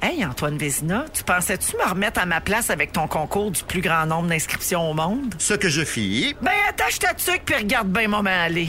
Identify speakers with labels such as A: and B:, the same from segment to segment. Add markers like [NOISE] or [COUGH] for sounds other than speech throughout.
A: Hey, Antoine Vézina, tu pensais-tu me remettre à ma place avec ton concours du plus grand nombre d'inscriptions au monde?
B: Ce que je fis,
A: Ben, attache ta tuque puis regarde bien moment aller.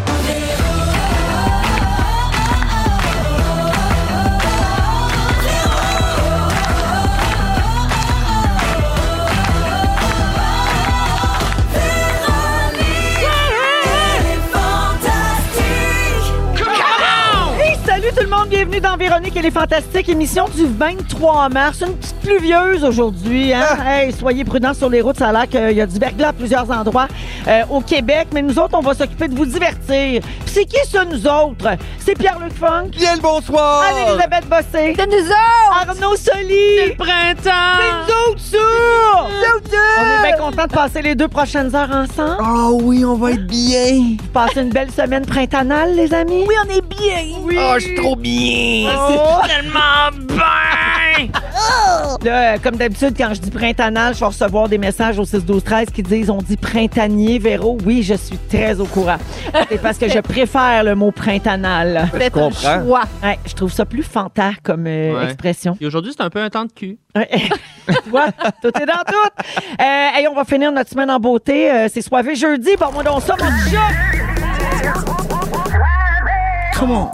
C: Hey, salut tout le monde, bienvenue dans Véronique et les Fantastiques, émission du 23 mars. Une petite pluvieuse aujourd'hui. Hein? Hey, soyez prudents sur les routes, ça a l'air qu'il y a du verglas à plusieurs endroits euh, au Québec. Mais nous autres, on va s'occuper de vous divertir. Puis c'est qui ça, nous autres? C'est Pierre-Luc Funk,
D: Bien le bonsoir!
C: Anne-Elisabeth Bossé,
E: C'est nous autres!
C: Arnaud Soli, c'est
F: Printemps!
C: nous autres, ça! On est bien contents de passer les deux prochaines heures ensemble.
D: Oh oui, on va être bien!
C: Passez une belle semaine printannale, les amis.
E: Oui, on est bien!
D: Oh, je suis trop bien!
C: Oh.
F: Ah, Tellement
D: [LAUGHS]
F: bien!
C: Là, euh, comme d'habitude, quand je dis printannal, je vais recevoir des messages au 6-12-13 qui disent on dit printanier, Véro. Oui, je suis très
E: [LAUGHS]
C: au courant. C'est parce que je préfère le mot printannal.
E: C'est un
D: comprends.
E: choix.
C: Ouais, je trouve ça plus fantasme comme euh,
D: Ouais.
C: expression.
F: Et aujourd'hui, c'est un peu un temps de cul.
C: Ouais. Tu vois, tout est dans tout. Euh, hey, on va finir notre semaine en beauté. Euh, c'est soivé jeudi. Bon, moi, donc ça, mon petit chat.
D: Comment?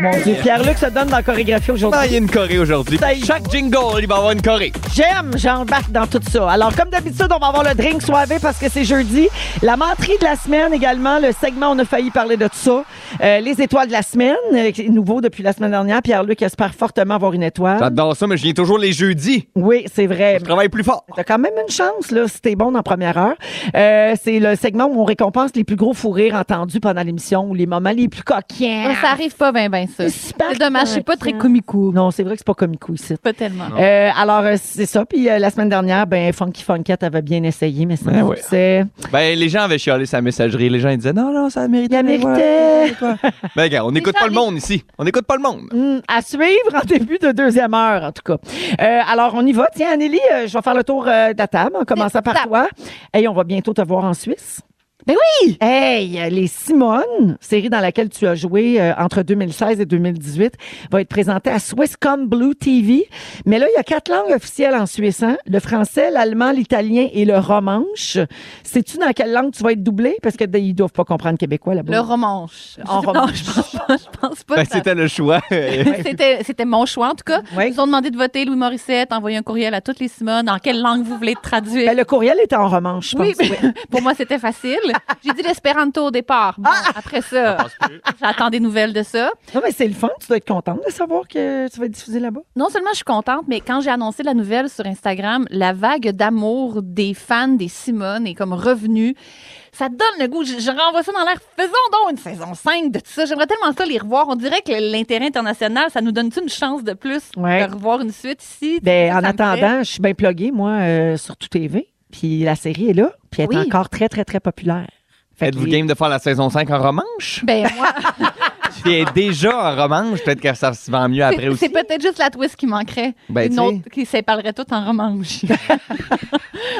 C: Mon Dieu, Pierre-Luc se donne dans la chorégraphie aujourd'hui.
D: Ah, il y a une Corée aujourd'hui.
C: Ça y est.
D: Chaque jingle, il va y avoir une Corée.
C: J'aime, j'embarque dans tout ça. Alors, comme d'habitude, on va avoir le drink soivé parce que c'est jeudi. La menterie de la semaine également, le segment On a failli parler de tout ça. Euh, les étoiles de la semaine, euh, qui est nouveau depuis la semaine dernière. Pierre-Luc espère fortement avoir une étoile.
D: J'adore ça, mais je viens toujours les jeudis.
C: Oui, c'est vrai.
D: Je travaille plus fort.
C: T'as quand même une chance, là, si t'es bon en première heure. Euh, c'est le segment où on récompense les plus gros fous rires entendus pendant l'émission ou les moments les plus coquins.
G: Ça arrive pas ben ben ça.
C: C'est super
G: C'est dommage, je suis pas très
C: coquin.
G: comico.
C: Non, c'est vrai que c'est pas comico ici.
G: Pas tellement.
D: Ah.
C: Euh, alors, euh, c'est ça. Puis euh, la semaine dernière, ben, Funky Funkette avait bien essayé, mais ça
D: Ben ouais.
C: c'est
D: Ben, les gens avaient chialé sa messagerie. Les gens, ils disaient non, non, ça méritait.
C: La
D: mais voilà,
C: méritait.
D: c'est quoi. [LAUGHS] Ben, regarde, on n'écoute
G: gens,
D: pas le
G: les-
D: monde ici. On n'écoute pas le monde.
C: Hmm, à suivre en début de deuxième heure, en tout cas. Euh, alors, on y va. Tiens, Anneli, euh, je vais faire le tour euh, de la table, en commençant par
G: Ta-
C: toi. Hey, on va bientôt te voir en Suisse.
G: Ben
C: oui! Hey, euh, les Simone, série dans laquelle tu as joué euh, entre 2016 et 2018, va être présentée à Swisscom Blue TV. Mais là, il y a quatre langues officielles en Suisse, hein? Le français, l'allemand, l'italien et le romanche. Sais-tu dans quelle langue tu vas être doublé? Parce que ben, ils doivent pas comprendre québécois là-bas.
G: Le romanche.
C: En
G: Non,
C: romanche.
G: je pense pas, je pense pas
D: Ben,
G: que ça-
D: c'était le [LAUGHS] choix.
G: [LAUGHS] c'était c'était mon choix en tout cas.
C: Oui.
G: Ils ont demandé de voter Louis Morissette, envoyer un courriel à toutes les Simones, en quelle langue vous voulez traduire.
C: Ben, le courriel est en romanche, je pense.
G: oui, mais [LAUGHS] pour moi c'était facile. J'ai dit l'espéranto au départ. Bon,
C: Ah!
G: après ça, j'attends des nouvelles de ça.
C: Non, mais c'est le fun. Tu dois être contente de savoir que tu vas être diffusée là-bas.
G: Non seulement je suis contente, mais quand j'ai annoncé la nouvelle sur Instagram, la vague d'amour des fans des Simone est comme revenue. Ça donne le goût. Je, je renvoie ça dans l'air. Faisons donc une saison 5 de tout ça. J'aimerais tellement ça les revoir. On dirait que l'intérêt international, ça nous donne-tu une chance de plus
C: Ouais.
G: de revoir une suite ici?
C: Ben,
G: Ça
C: en
G: me fait-
C: attendant, je suis bien pluguée, moi, euh, sur tout TV. Puis la série est là. Puis elle est
G: Oui.
C: encore très, très, très populaire. Fait que
D: Êtes-vous
C: les-
D: game de faire la saison 5 en romanche?
G: Ben, moi,
D: Puis elle est déjà en romanche. Peut-être que ça se vend mieux [LAUGHS] après
G: c'est- c'est
D: aussi.
G: peut-être juste la twist qui manquerait.
D: Ben,
G: une
D: tu sais.
G: autre qui séparerait tout en
C: [LAUGHS]
G: romanche.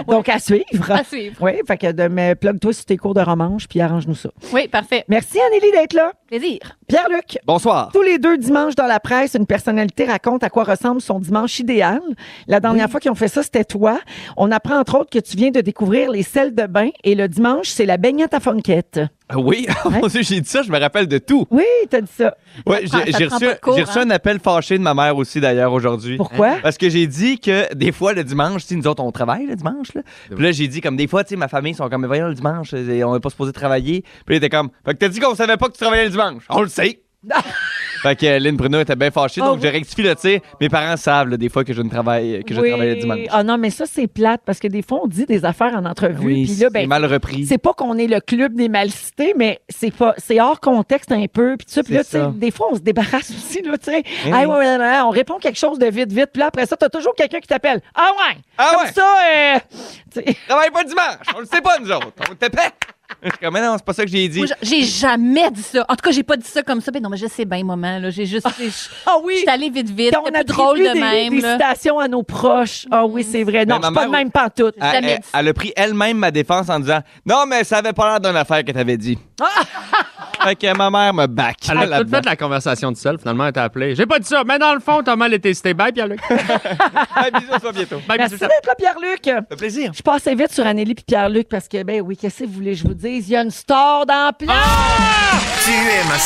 C: Donc, à suivre.
G: à suivre.
C: [LAUGHS] Oui, fait que de me plug-toi sur tes cours de romanche, puis arrange-nous ça.
G: Oui, parfait.
C: Merci, Anneli, d'être là.
G: Plaisir.
C: Pierre-Luc,
D: Bonsoir.
C: tous les deux dimanches dans la presse, une personnalité raconte à quoi ressemble son dimanche idéal. La dernière fois qu'ils ont fait ça, c'était toi. On apprend, entre autres, que tu viens de découvrir les selles de bain et le dimanche, c'est la baignette à fonquette.
D: Ah Oui, [LAUGHS] mon Dieu, j'ai dit ça, je me rappelle de tout.
C: Oui, t'as dit ça.
D: Ouais,
G: prend-
D: j'ai
G: ça
D: j'ai
G: prend
D: reçu,
G: pas de cours,
D: j'ai reçu
G: hein.
D: un appel fâché de ma mère aussi, d'ailleurs, aujourd'hui. Hein?
C: Pourquoi?
D: Parce que j'ai dit que des fois, le dimanche, tu sais, nous autres, on travaille le dimanche. Là. Puis là, j'ai dit, comme des fois, tu sais, ma famille sont comme, mais voyons, le dimanche, euh, on n'est pas supposé travailler. Puis là, il était comme, fait que t'as dit qu'on savait pas que tu travaillais le dimanche. On le sait. fait que euh, Lynn Bruno était bien fâchée,
C: Oh,
D: donc je
C: oui.
D: rectifie le tir. Mes parents savent là, des fois que je ne travaille euh, que je
C: Oui.
D: travaille le dimanche.
C: Ah non, mais ça, c'est plate parce que des fois, on dit des affaires en entrevue.
D: Oui,
C: puis là, ben,
D: c'est mal repris.
C: c'est pas qu'on est le club des mal cités, mais c'est pas, c'est hors contexte un peu. Puis tout ça, puis
D: C'est
C: là, tu sais,
D: ça.
C: des fois, on se débarrasse [LAUGHS] aussi, là, tu sais.
D: Eh
C: Ah
D: oui.
C: ouais, ouais, ouais, on répond quelque chose de vite, vite. Puis là, après ça, t'as toujours quelqu'un qui t'appelle. Ah ouais!
D: Ah
C: Comme
D: ouais!
C: ça, euh, [LAUGHS] tu sais.
D: travaille pas dimanche. On le sait pas, nous autres. On était pète. Je suis comme, mais non, c'est pas ça que j'ai dit.
G: Moi, j'a- j'ai jamais dit ça. En tout cas, j'ai pas dit ça comme ça. Ben non, mais je sais bien, maman. là. J'ai juste.
D: [LAUGHS]
G: j'ai- Je
C: Ah oui!
G: suis allée vite, vite.
C: on
G: C'était plus
C: attribue
G: drôle de
C: des,
G: même.
C: des
G: là.
C: citations à nos proches. Ah oui, c'est vrai. Non,
D: Ben,
C: je
D: ma
C: suis pas
D: mère- Ah,
C: de même pantoute.
D: Elle-
G: jamais
D: elle,
G: dit.
D: eh, elle a pris elle-même ma défense en disant Non, mais ça avait pas l'air d'une affaire que t'avais dit. [LAUGHS] fait que ma mère me back.
F: Elle a tout fait la conversation de seule. Finalement, elle t'a appelé. J'ai pas dit ça, mais dans le fond, t'as mal été cité. Bye, Pierre-Luc.
D: [LAUGHS] bisous, à toi bientôt.
F: Bye,
C: Merci
F: bisous.
C: d'être là, Pierre-Luc.
D: Ça fait plaisir.
C: Je passe vite sur Anneli puis Pierre-Luc parce que, ben oui, qu'est-ce que vous voulez que je vous dise? Il y a une star dans la place.
H: Tu es ma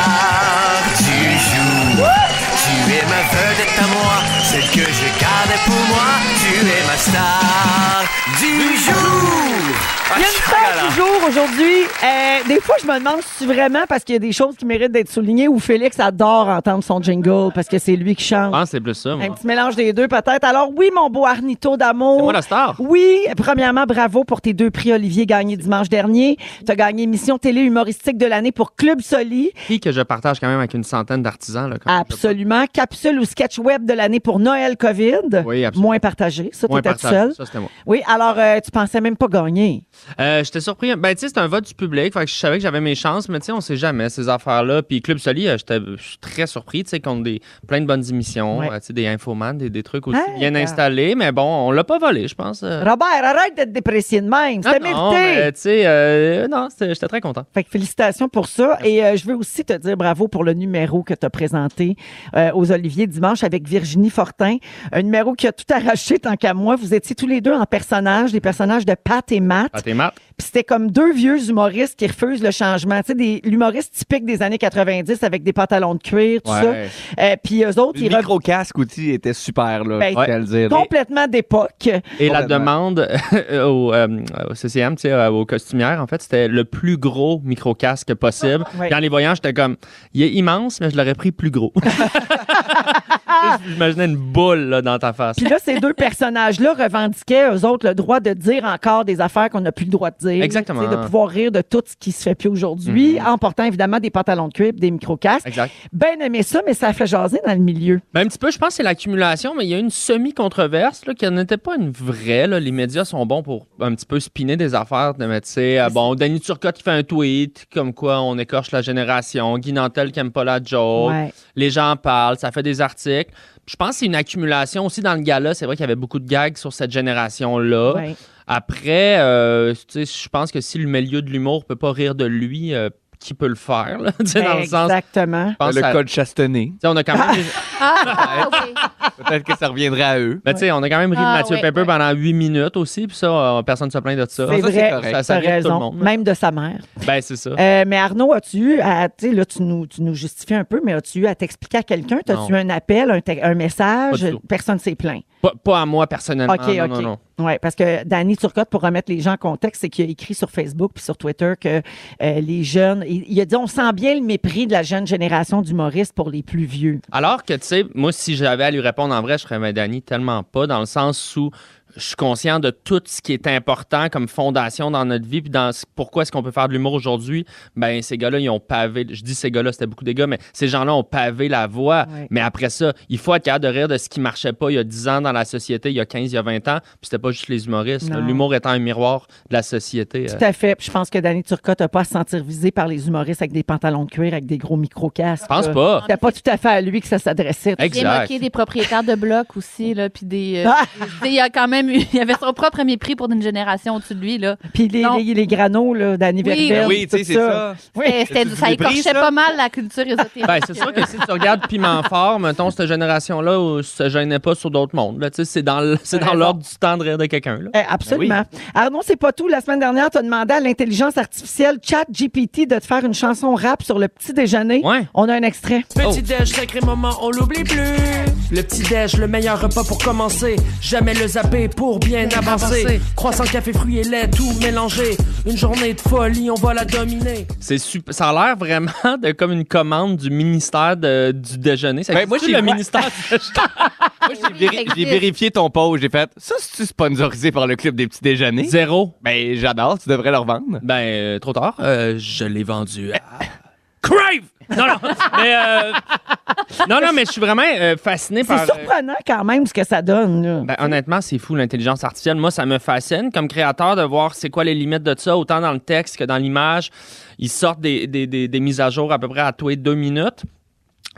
H: star, tu joues. Tu es ma vedette à moi, celle que je gardais pour moi. Tu es ma star du jour. Ah,
C: Il y a une
F: Ah
C: star du jour aujourd'hui. Euh, des fois, je me demande si vraiment parce qu'il y a des choses qui méritent d'être soulignées ou Félix adore entendre son jingle parce que c'est lui qui chante.
F: Je pense que c'est plus ça,
C: Un
F: Ah, moi.
C: petit mélange des deux, peut-être. Alors, oui, mon beau Arnito d'amour.
F: C'est moi la star.
C: Oui, premièrement, bravo pour tes deux prix Olivier gagnés dimanche dernier. Tu as gagné émission télé humoristique de l'année pour Club Soli.
F: Qui que je partage quand même avec une centaine d'artisans. là, quand
C: Ah.
F: même.
C: Absolument. Capsule ou sketch web de l'année pour Noël COVID.
F: Oui, absolument.
C: Moins partagé. Ça,
F: Moins
C: t'étais tout
F: partagé.
C: seul.
F: Ça, c'était moi.
C: Oui, alors, euh, tu pensais même pas gagner.
F: Euh, J'étais surpris. Ben, tu sais, c'est un vote du public. Fait que je savais que j'avais mes chances, mais tu sais, on sait jamais ces affaires-là. Puis Club Soli, euh, j'étais je suis très surpris, tu sais, qu'on a des, plein de bonnes émissions,
C: Ouais.
F: euh, tu sais, des infomans, des, des trucs aussi
C: Hey,
F: bien
C: euh.
F: installés. Mais bon, on l'a pas volé, je pense. euh.
C: Robert, arrête d'être déprécié de même.
F: Ah
C: C'était
F: non,
C: mérité.
F: mais, tu sais, euh, non, c'était- j'étais très content.
C: Fait que félicitations pour ça. Et euh, je veux aussi te dire bravo pour le numéro que tu as présenté euh, aux Oliviers dimanche avec Virginie Fortin. Un numéro qui a tout arraché tant qu'à moi. Vous étiez tous les deux en personnages, des personnages de Pat et Matt.
F: Ah, t'es mat.
C: Puis c'était comme deux vieux humoristes qui refusent le changement. Tu sais, des l'humoriste typique des années 90 avec des pantalons de cuir, tout
F: Ouais.
C: ça. Euh, Puis eux autres,
D: Le
C: ils reviennent
D: micro-casque outil était super, là.
C: Ben,
D: je tiens à le dire.
C: complètement d'époque.
F: Et la
D: Complètement.
F: demande [LAUGHS] au, euh, au CCM, tu sais, euh, aux costumières, en fait, c'était le plus gros micro-casque possible.
C: Ah, Ouais.
F: Puis en les voyant, j'étais comme, il est immense, mais je l'aurais pris plus
C: [LAUGHS]
F: gros. J'imaginais une boule là, dans ta face.
C: Puis là, ces deux personnages-là revendiquaient, eux autres, le droit de dire encore des affaires qu'on n'a plus le droit de dire.
F: Exactement. Mm-hmm.
C: Tu sais, De pouvoir rire de tout ce qui se fait plus aujourd'hui, en portant évidemment des pantalons de cuir puis des micro-casques.
F: Exact.
C: Ben aimé ça, mais ça a fait jaser dans le milieu.
F: Ben, un petit peu, je pense que c'est l'accumulation, mais il y a une semi-controverse là, qui n'était pas une vraie. Là. Les médias sont bons pour un petit peu spinner des affaires. De, mais tu sais, euh, bon, Danny Turcotte qui fait un tweet comme quoi on écorche la génération, Guy Nantel qui aime pas la
D: Oh.
F: joke,
C: Ouais.
F: les gens en parlent, ça fait des articles. Je pense que c'est une accumulation aussi dans le gala. C'est vrai qu'il y avait beaucoup de gags sur cette génération-là.
C: Ouais.
F: Après, euh, tu sais, je pense que si le milieu de l'humour peut pas rire de lui, euh, qui peut le faire? Là? [LAUGHS] Tu sais, [LAUGHS] dans le sens,
C: Exactement.
F: je pense
D: le
F: à-
D: code Chastenay.
F: tu sais, on a quand même...
G: [LAUGHS]
C: [LAUGHS]
G: Ah, OK.
D: Peut-être que ça reviendrait à eux.
F: Mais tu sais, on a quand même ri de
G: Ah,
F: Mathieu
G: ouais,
F: Pepper
G: ouais.
F: pendant 8 minutes aussi, puis ça, euh, personne ne se plaint de ça.
C: C'est
D: ça, c'est
C: vrai,
D: correct.
F: Ça,
C: t'as
F: ça rit de tout le
C: raison,
F: monde.
C: même de sa mère.
F: Ben, c'est ça.
C: Euh, mais Arnaud, as-tu eu, à, tu sais, là, tu nous, tu nous justifies un peu, mais as-tu eu à t'expliquer à quelqu'un? T'as-tu eu un appel, un, te- un message?
F: Pas du tout.
C: Personne s'est plaint.
F: Pas, pas à moi personnellement.
C: Ah, OK,
F: Ah, non,
C: OK.
F: non, non.
C: Oui, parce que Danny Turcotte, pour remettre les gens en contexte, c'est qu'il a écrit sur Facebook puis sur Twitter que euh, les jeunes. Il, il a dit on sent bien le mépris de la jeune génération d'humoristes pour les plus vieux.
F: Alors que, tu sais, moi, si j'avais à lui répondre en vrai, je serais mais Dani tellement pas, dans le sens où je suis conscient de tout ce qui est important comme fondation dans notre vie, puis dans ce- pourquoi est-ce qu'on peut faire de l'humour aujourd'hui. Ben, ces gars-là, ils ont pavé. Je dis ces gars-là, c'était beaucoup des gars, mais ces gens-là ont pavé la voie.
C: Ouais.
F: Mais après ça, il faut être capable de rire de ce qui marchait pas il y a 10 ans dans la société, il y a 15, il y a 20 ans, puis c'était pas juste les humoristes. là.
C: Non.
F: L'humour étant un miroir de la société. euh.
C: Tout à fait. Puis Je pense que Danny Turcotte n'a pas à se sentir visé par les humoristes avec des pantalons de cuir, avec des gros micro-casques.
F: Je pense
C: là.
F: pas.
C: C'était pas tout à fait à lui que ça s'adressait.
G: Il
F: [LAUGHS]
G: est
F: Exact.
G: moqué des propriétaires de blocs aussi, là, puis des... euh,
C: Ah.
G: des- il y a quand même eu- [LAUGHS] Il avait son propre mépris pour une génération au-dessus de lui,
C: [LAUGHS]
G: là.
C: Puis les,
G: Non.
C: les, les granos, là, Danny
G: Oui, Euh,
C: Vervelle,
D: Ben oui, tu
C: tout
D: sais, c'est ça.
C: Oui.
G: C'était- c'était-
D: du
G: ça
D: mépris,
G: écorchait
D: ça?
G: pas mal la culture ésotérique.
F: Ben, c'est sûr que si tu regardes Piment Fort, mettons, cette génération-là où ça gênait pas sur d'autres mondes. là. Tu sais, C'est dans le- c'est dans l'ordre du temps de rire de quelqu'un. là.
C: Eh,
F: Ben
C: absolument. Arnaud, c'est pas tout. La semaine dernière, tu as demandé à l'intelligence artificielle ChatGPT de te faire une chanson rap sur le petit déjeuner.
F: Ouais.
C: On a un extrait.
H: Oh.
I: Petit déj, sacré moment, on l'oublie plus. Le petit déj, le meilleur repas pour commencer. Jamais le zapper, pour bien
J: Bien
I: avancer.
J: avancer.
I: Croissant, café, fruits et lait, tout mélangé. Une journée de folie, on va la dominer.
F: C'est super. Ça a l'air vraiment de comme une commande du ministère de- du déjeuner. Ça
D: Ben, moi,
F: existe-tu,
D: j'ai-
F: le ministère.
D: J'ai véri- j'ai vérifié ton post, j'ai fait ça, c'est-tu sponsorisé par le club des petits déjeuners?
F: Zéro.
D: Ben, j'adore, tu devrais le revendre.
F: Ben, trop tard. Euh, je l'ai vendu Crave! Non, non. Mais, euh, non, non, mais je suis vraiment euh, fasciné par.
C: C'est surprenant quand même ce que ça donne. là.
F: Ben, honnêtement, c'est fou l'intelligence artificielle. Moi, ça me fascine comme créateur de voir c'est quoi les limites de ça, autant dans le texte que dans l'image. Ils sortent des, des- des- des mises à jour à peu près à tous les deux minutes.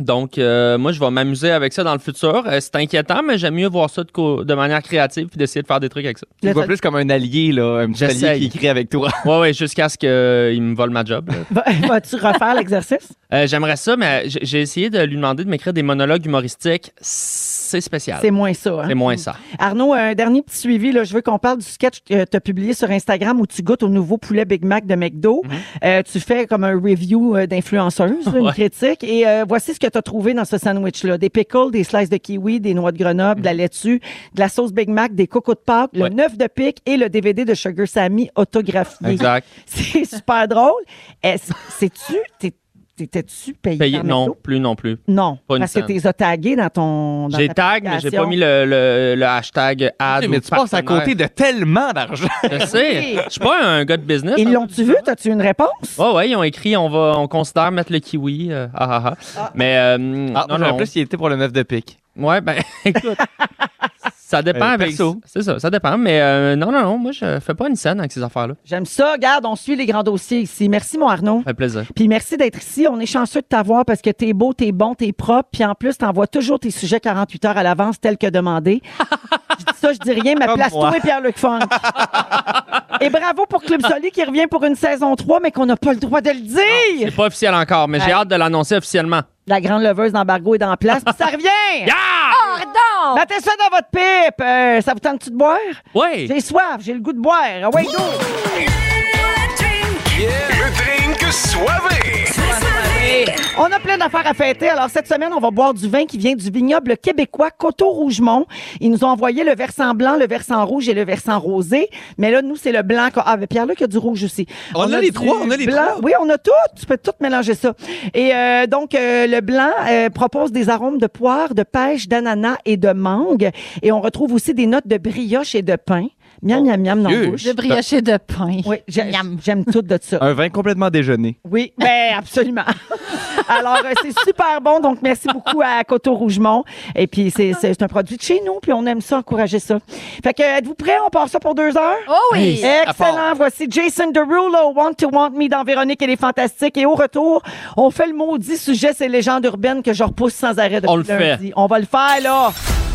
F: Donc, euh, moi, je vais m'amuser avec ça dans le futur. Euh, c'est inquiétant, mais j'aime mieux voir ça de, co- de manière créative puis d'essayer de faire des trucs avec ça.
D: Tu le vois plus comme un allié, là, un petit allié
F: J'essaye.
D: qui écrit avec toi.
F: Ouais, ouais, jusqu'à ce qu'il me vole ma job. là.
C: Va- [LAUGHS] Vas-tu refaire
F: [LAUGHS]
C: l'exercice?
F: Euh, J'aimerais ça, mais j'ai j'ai essayé de lui demander de m'écrire des monologues humoristiques. C'est spécial.
C: C'est moins ça. hein?
F: C'est moins ça.
C: Arnaud, un dernier petit suivi. Là, je veux qu'on parle du sketch que tu as publié sur Instagram où tu goûtes au nouveau poulet Big Mac de McDo.
F: Mhm.
C: Euh, tu fais comme un review euh, d'influenceuse, une
F: Ouais.
C: critique. Et euh, voici ce que tu as trouvé dans ce sandwich-là. Des pickles, des slices de kiwi, des noix de Grenoble,
F: Mhm.
C: de la laitue, de la sauce Big Mac, des cocos de Pâques, le neuf de pique et le DVD de Sugar Sammy autographié.
F: Exact.
C: [LAUGHS] C'est super drôle. Est-ce- C'est-tu... t'es- T'étais-tu payé?
F: Payé,
C: par
F: non,
C: McDo?
F: plus, non plus.
C: Non,
F: Pas une
C: parce que
F: scène.
C: tu les as tagués dans ton. dans
F: J'ai
C: ta
F: tag, mais j'ai pas
C: publication.
F: mis le, le- le hashtag ad.
D: mais
F: ou
D: tu passes à
F: partenaire.
D: côté de tellement d'argent.
F: Je sais. Je suis pas un gars de business.
C: Ils l'ont-tu vu? T'as-tu une réponse?
F: Ouais, ouais, ils ont écrit on va, on considère mettre le kiwi. euh, ah, ah, ah. Mais euh,
D: Ah,
F: non,
D: non,
F: non.
D: plus, il était pour le 9 de pique.
F: Ouais, ben [LAUGHS] écoute, ça dépend
D: Euh,
F: avec.
D: perso.
F: C'est ça, ça dépend. Mais euh, non, non, non, moi je fais pas une scène avec ces affaires-là.
C: J'aime ça. Regarde, on suit les grands dossiers ici. Merci, mon Arnaud.
F: Ça fait plaisir.
C: Puis merci d'être ici. On est chanceux de t'avoir parce que t'es beau, t'es bon, t'es propre. Puis en plus, t'envoies toujours tes sujets 48 heures à l'avance, tels
F: [LAUGHS]
C: que demandé. je dis ça, je dis rien, mais
D: Comme
C: place-toi
D: moi.
C: et Pierre-Luc Funk. et bravo pour Club Soli qui revient pour une saison 3, mais qu'on n'a pas le droit de le dire.
F: C'est pas officiel encore, mais j'ai hâte de l'annoncer officiellement.
C: La grande leveuse d'embargo est en place. Puis ça revient! Ah!
E: Pardon!
C: Mettez ça dans votre pipe. Euh, ça vous tente-tu de boire?
F: Ouais!
C: J'ai soif, j'ai le goût de boire. Ah Ouais, go!
H: Le drink soivé.
C: On a plein d'affaires à fêter. Alors, cette semaine, on va boire du vin qui vient du vignoble québécois Coteau-Rougemont. Ils nous ont envoyé le versant blanc, le versant rouge et le versant rosé. Mais là, nous, c'est le blanc. qu'on- Ah, mais Pierre-Luc a du rouge aussi.
D: On a les
C: du
D: trois, on a les
C: blanc.
D: trois.
C: Oui, on a tout. Tu peux tout mélanger ça. Et euh, donc, euh, le blanc euh, propose des arômes de poire, de pêche, d'ananas et de mangue. Et on retrouve aussi des notes de brioche et de pain. Miam, miam, miam, dans la
D: Oh, Dieu.
C: bouche.
G: De briocher de pain.
C: Oui, j'ai-
G: Miam.
C: j'aime tout de ça.
D: Un vin complètement déjeuné.
C: Oui, ben absolument. Alors, euh, c'est super bon. Donc, merci beaucoup à Coteau Rougemont. Et puis, c'est- c'est c'est un produit de chez nous, puis on aime ça, encourager ça. Fait que, euh, êtes-vous prêts? On part ça pour deux heures?
G: Oh oui!
C: Excellent. Voici Jason Derulo, Want to Want Me dans Véronique et les Fantastiques. Et au retour, on fait le maudit sujet, ces légendes urbaines que je repousse sans arrêt depuis
F: On le fait.
C: lundi. On va le faire, là.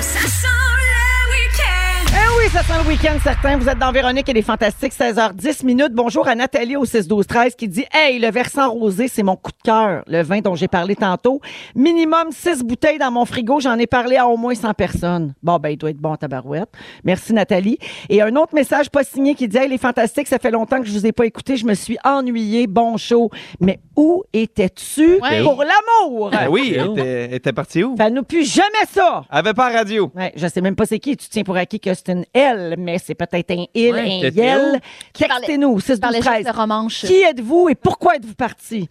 E: Ça sent le week-end!
C: Eh oui, ça sent le week-end certain. Vous êtes dans Véronique et les Fantastiques, 16h10 minutes. Bonjour à Nathalie au 6-12-13 qui dit Hey, le versant rosé, c'est mon coup de cœur, le vin dont j'ai parlé tantôt. Minimum 6 bouteilles dans mon frigo. J'en ai parlé à au moins 100 personnes. Bon, ben, il doit être bon, tabarouette. Merci, Nathalie. Et un autre message pas signé qui dit Hey, les Fantastiques, ça fait longtemps que je vous ai pas écouté. Je me suis ennuyée. Bon show. Mais où étais-tu
G: Ouais.
C: pour l'amour?
D: Ben oui,
F: Ah,
D: elle
F: oui.
D: était, elle était partie où?
C: Ben, nous plus jamais ça!
D: Elle avait pas la radio.
C: Ouais, je sais même pas c'est qui. Tu tiens pour acquis que c'est une L, mais c'est peut-être un il,
F: Ouais,
C: un
F: peut-être
C: yel.
G: parlait-
C: Textez-nous, 6
G: Par les
C: 12 13
G: de romanche.
C: Qui êtes-vous et pourquoi êtes-vous parti?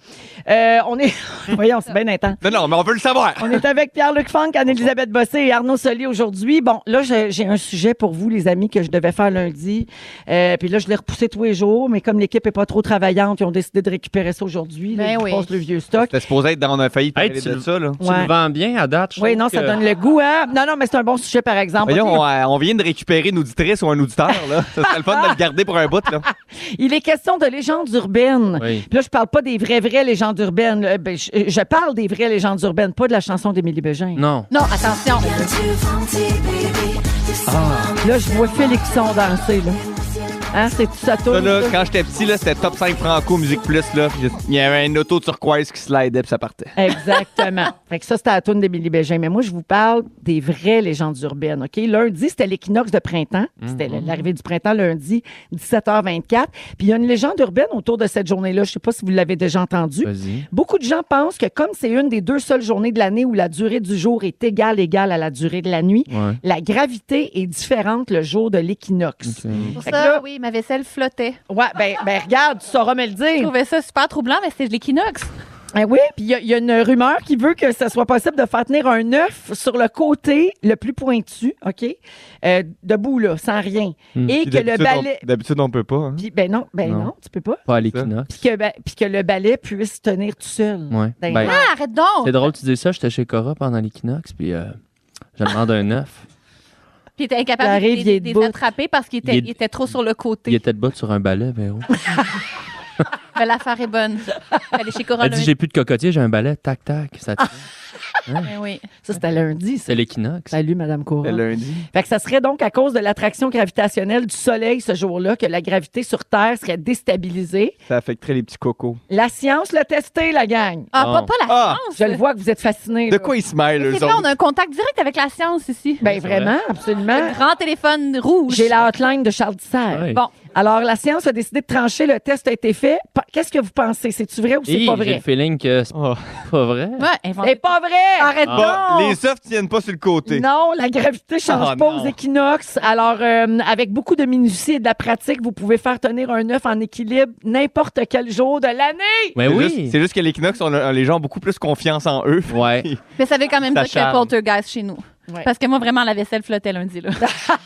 C: Euh, on est. [LAUGHS] Voyons, c'est bien intense.
D: Non, non, mais on veut le savoir.
C: On est avec Pierre-Luc Funk, Anne-Elisabeth Bossé et Arnaud Soli aujourd'hui. Bon, là, je- j'ai un sujet pour vous, les amis, que je devais faire lundi. Euh, puis là, je l'ai repoussé tous les jours, mais comme l'équipe est pas trop travaillante, ils ont décidé de récupérer ça aujourd'hui. là,
G: Ben
C: ils
G: oui.
C: passent le vieux stock.
D: T'es supposé être dans un failli
F: Hey,
D: parler
F: tu
D: de
F: le-
D: ça, là.
F: Tu
C: Ouais.
F: le vends bien à date. je
C: Oui,
F: trouve
C: non, ça
F: que-
C: donne le goût, hein? Non, non, mais c'est un bon sujet, par exemple.
D: Voyons,
C: Ok.
D: on, on vient de récupérer un auditrice ou un auditeur, là. Ça serait le fun de le garder pour un bout, là.
C: Il est question de légendes urbaines.
F: Oui.
C: Puis là, je parle pas des vraies, vraies légendes urbaines. là. Ben, je, je parle des vraies légendes urbaines, pas de la chanson d'Émilie Bégin.
F: Non.
G: Non, attention.
C: Là, je vois Félixon danser, là. Hein, c'est tout ça
D: Ça,
C: tourne.
D: là,
C: ça.
D: quand j'étais petit, là, c'était top 5 franco, musique plus, là. puis Il y avait une auto turquoise qui slidait, puis ça partait.
F: [LAUGHS]
C: Exactement. fait que ça, c'était la toune d'Émilie Bégin. Mais moi, je vous parle des vraies légendes urbaines, OK? Lundi, c'était l'équinoxe de printemps.
F: Mm-hmm.
C: C'était
J: Mhm.
C: l'arrivée du printemps lundi, 17h24. Puis il y a une légende urbaine autour de cette journée-là. Je sais pas si vous l'avez déjà entendue.
F: Vas-y.
C: Beaucoup de gens pensent que comme c'est une des deux seules journées de l'année où la durée du jour est égale, égale à la durée de la nuit,
F: Ouais.
C: la gravité est différente le jour de l'équinoxe.
G: Pour
C: Fait
G: ça,
C: que là-
G: oui, ma vaisselle flottait.
C: Ouais, ben, ben regarde, tu sauras me le dire.
G: Je trouvais ça super troublant, mais c'était de l'équinoxe.
C: Eh oui, puis il y a- il y, a une rumeur qui veut que ça soit possible de faire tenir un œuf sur le côté le plus pointu, OK? Euh, debout, là, sans rien. Et
D: Hmm. Puis
C: que le
D: d'habitude, on-
C: balai.
D: D'habitude, on peut pas. hein.
C: Puis, ben non, ben non.
D: Non.
C: tu peux pas.
F: Pas à l'équinoxe.
C: Puis que, ben- puis que le balai puisse tenir tout seul.
F: Ouais.
C: Ben,
F: Ben,
C: ah,
G: arrête donc!
F: C'est drôle, tu dis ça. J'étais chez Cora pendant l'équinoxe, puis euh, je demande un
C: [LAUGHS]
F: œuf.
G: Puis il était incapable
C: Il arrive,
G: de
C: il est
G: les, les
C: debout.
G: attraper parce qu'il était,
F: Il est-
G: il était trop sur le côté.
F: Il était de botte sur un balai, Véro.
C: Oh,
G: Mais L'affaire
F: [LAUGHS]
G: est bonne. Allez chez Cora
F: Elle dit
G: lundi.
F: J'ai plus de cocotier, j'ai un balai. Tac, tac. Ça
C: Ah.
F: tient.
G: Ben oui.
C: Ça, c'était lundi, ça.
F: C'est l'équinoxe.
C: Salut, Madame Cora.
F: C'est lundi.
C: Fait que ça serait donc à cause de l'attraction gravitationnelle du Soleil ce jour-là que la gravité sur Terre serait déstabilisée.
D: Ça affecterait les petits cocos.
C: La science l'a testé, la gang.
G: Ah, pas- pas la Ah. science.
C: Je le vois que vous êtes fascinés.
D: De
C: là.
D: quoi ils se mêlent,
G: C'est
D: eux
G: là, on
D: autres?
G: a un contact direct avec la science ici.
C: Ben vraiment, absolument.
G: Le grand téléphone rouge.
C: J'ai la hotline de Charles Dissert.
F: Oui.
G: Bon.
C: Alors, la science a décidé de trancher. Le test a été fait. Pa- Qu'est-ce que vous pensez? C'est-tu vrai ou c'est
F: Hi,
C: pas
F: J'ai le
C: vrai?
F: feeling que c'est
D: Oh.
F: pas vrai.
C: C'est pas vrai! Arrête
D: Ah,
C: donc!
D: les œufs tiennent pas sur le côté.
C: Non, la gravité change
D: Ah,
C: pas
D: non.
C: aux équinoxes. Alors, euh, avec beaucoup de minutie et de la pratique, vous pouvez faire tenir un œuf en équilibre n'importe quel jour de l'année.
F: Mais
D: C'est
F: oui.
D: juste- C'est juste que l'équinoxe, on a- les gens ont beaucoup plus confiance en eux.
F: Ouais.
G: Mais ça avait quand même
D: Ça
G: pas que le
D: charme.
G: poltergeist chez nous.
C: Ouais.
G: Parce que moi, vraiment, la vaisselle flottait lundi.
C: [LAUGHS]
G: Là. [LAUGHS]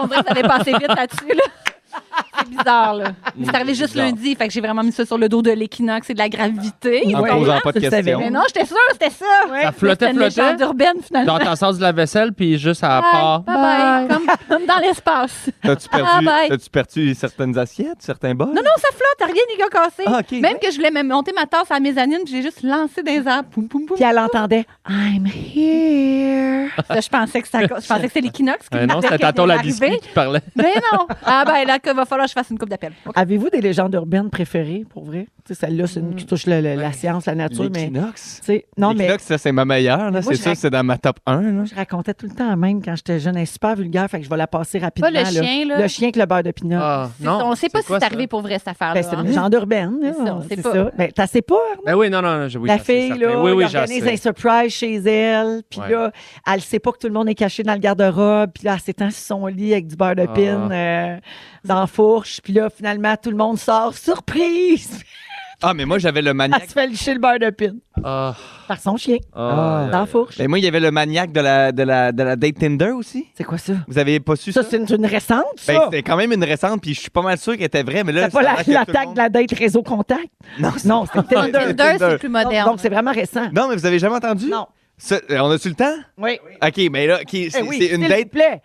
G: on dirait que ça avait passé vite là-dessus. là. C'est bizarre. là.
F: Mm,
G: Mais C'est arrivé juste
D: bizarre.
G: lundi. Fait que j'ai vraiment mis ça sur le dos de l'équinoxe et de la gravité.
D: En
C: Ah,
G: Ouais.
D: posant
C: [LAUGHS]
D: pas de
C: tu le savais.
D: questions.
G: Mais non, j'étais sûre, c'était ça.
F: Ça flottait,
G: C'était une
F: flottait.
G: légende urbaine, finalement.
F: Dans ta sens de la vaisselle, puis juste à part.
G: Bye, bye, bye. Comme, comme dans l'espace.
D: T'as-tu
G: Ah,
D: perdu,
G: bye.
D: t'as-tu perdu certaines assiettes, certains bols?
G: Non, non, ça flotte, rien n'est cassé.
D: Ah, ok.
G: Même que je voulais même monter ma tasse à la mezzanine, puis j'ai juste lancé des arbres. Poum, poum, poum.
C: Puis elle entendait I'm here.
G: Ça, je pensais que ça- je pensais que c'était l'équinoxe qui
C: Ben,
F: Euh, non,
G: m'appelait,
F: c'était
G: qui était
F: tantôt la
G: arrivé.
F: discipline qui parlait.
G: Mais non. Ah [LAUGHS] ben là, il va falloir que je fasse une coupe d'appel. OK.
C: Avez-vous des légendes urbaines préférées, pour vrai? Tu sais, Celle-là, c'est une qui touche le- le- la science, la nature. mais
D: L'équinoxe?
C: tu sais, Non, mais
D: L'équinoxe, ça, c'est ma meilleure. là.
C: moi,
D: C'est
C: je
D: ça,
C: rac-
D: c'est dans ma top 1. là.
C: je racontais tout le temps à même quand j'étais jeune. Elle est super vulgaire, fait que je vais la passer rapidement.
G: le chien, là.
C: Le chien avec le beurre de pinot.
F: Ah, non.
G: on sait pas
F: C'est
G: si
F: quoi,
G: c'est
F: ça?
G: arrivé pour vrai, cette affaire-là.
C: Ben, c'est
G: hein.
C: une légende urbaine. là.
G: C'est ça, on sait
C: C'est
G: pas.
C: ça. Ben, t'as sais pas, hein?
F: Ben oui, non, non, non, je- oui,
C: la
F: ça, c'est
C: fille,
F: certain.
C: là,
F: Oui, oui,
C: elle organise
F: j'en sais.
C: un surprise chez elle. Puis
F: Ouais.
C: là, elle sait pas que tout le monde est caché dans le garde-robe. Puis là, elle s'étend sur son lit avec du beurre
F: Ah.
C: de pin euh, dans la fourche. Puis là, finalement, tout le monde sort. Surprise! [LAUGHS]
D: Ah, mais moi, j'avais le
C: Elle
D: maniaque.
C: se fait licher le beurre de pin
F: Ah,
C: par son chien
F: ah.
C: dans la fourche.
D: Mais Ben, moi, il y avait le maniaque de la, de la, de la date Tinder aussi.
C: C'est quoi ça?
D: Vous avez pas su ça?
C: Ça, c'est une, une récente,
D: Ben,
C: ça?
D: c'était quand même une récente, puis je suis pas mal sûr qu'elle était vraie, mais là,
C: c'est pas
D: ça a
C: la-
D: l'air que tout le
C: l'attaque
D: monde-
C: de la date réseau contact?
D: Non, c'est-
C: Non,
F: [LAUGHS]
C: c'est
D: Non,
C: Tinder.
G: Tinder, c'est
D: Tinder.
G: plus
C: Donc-
G: moderne.
C: Donc, c'est vraiment récent.
D: Non, mais vous avez jamais entendu?
C: Non.
D: Ça, euh, on a-tu le temps?
C: Oui.
D: OK, mais là, ok, c'est
C: Eh oui,
D: c'est une
C: s'il
D: date. [LAUGHS]
C: vous plaît.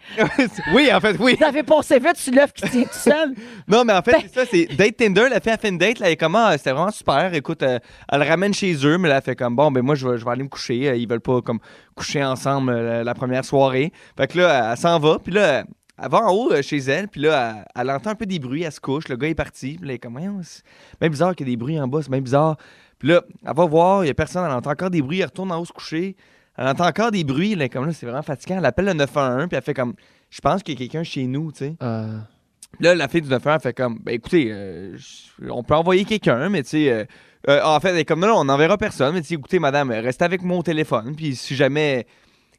D: oui, en fait, oui.
C: Vous avez pensé vite sur l'œuf qui tient tout [LAUGHS] seul.
D: Non, mais en fait, c'est ça, c'est Date Tinder, elle a fait, elle fait une date, là, et comment, euh, c'était vraiment super. Écoute, euh, elle le ramène chez eux, mais là, elle fait comme, bon, ben moi, je vais, je vais aller me coucher. Euh, Ils veulent pas, comme, coucher ensemble euh, la, la première soirée. Fait que là, elle, elle s'en va, puis là, elle va en haut euh, chez elle, puis là, elle, elle entend un peu des bruits, elle se couche, le gars est parti, puis là, elle est comme, Voyons, c'est bien bizarre qu'il y ait des bruits en bas, c'est bien bizarre. Puis là, elle va voir, il y a personne, elle entend encore des bruits, elle retourne en haut se coucher. Elle entend encore des bruits, là, comme là, c'est vraiment fatigant. Elle appelle le 911, puis elle fait comme, je pense qu'il y a quelqu'un chez nous, tu sais.
F: Euh,
D: Là, la fille du 9 elle fait comme, ben écoutez, euh, je- on peut envoyer quelqu'un, mais tu sais, euh, euh, en fait, elle est comme, non, non, on n'enverra personne, mais tu sais, écoutez, madame, euh, restez avec mon téléphone, puis si jamais,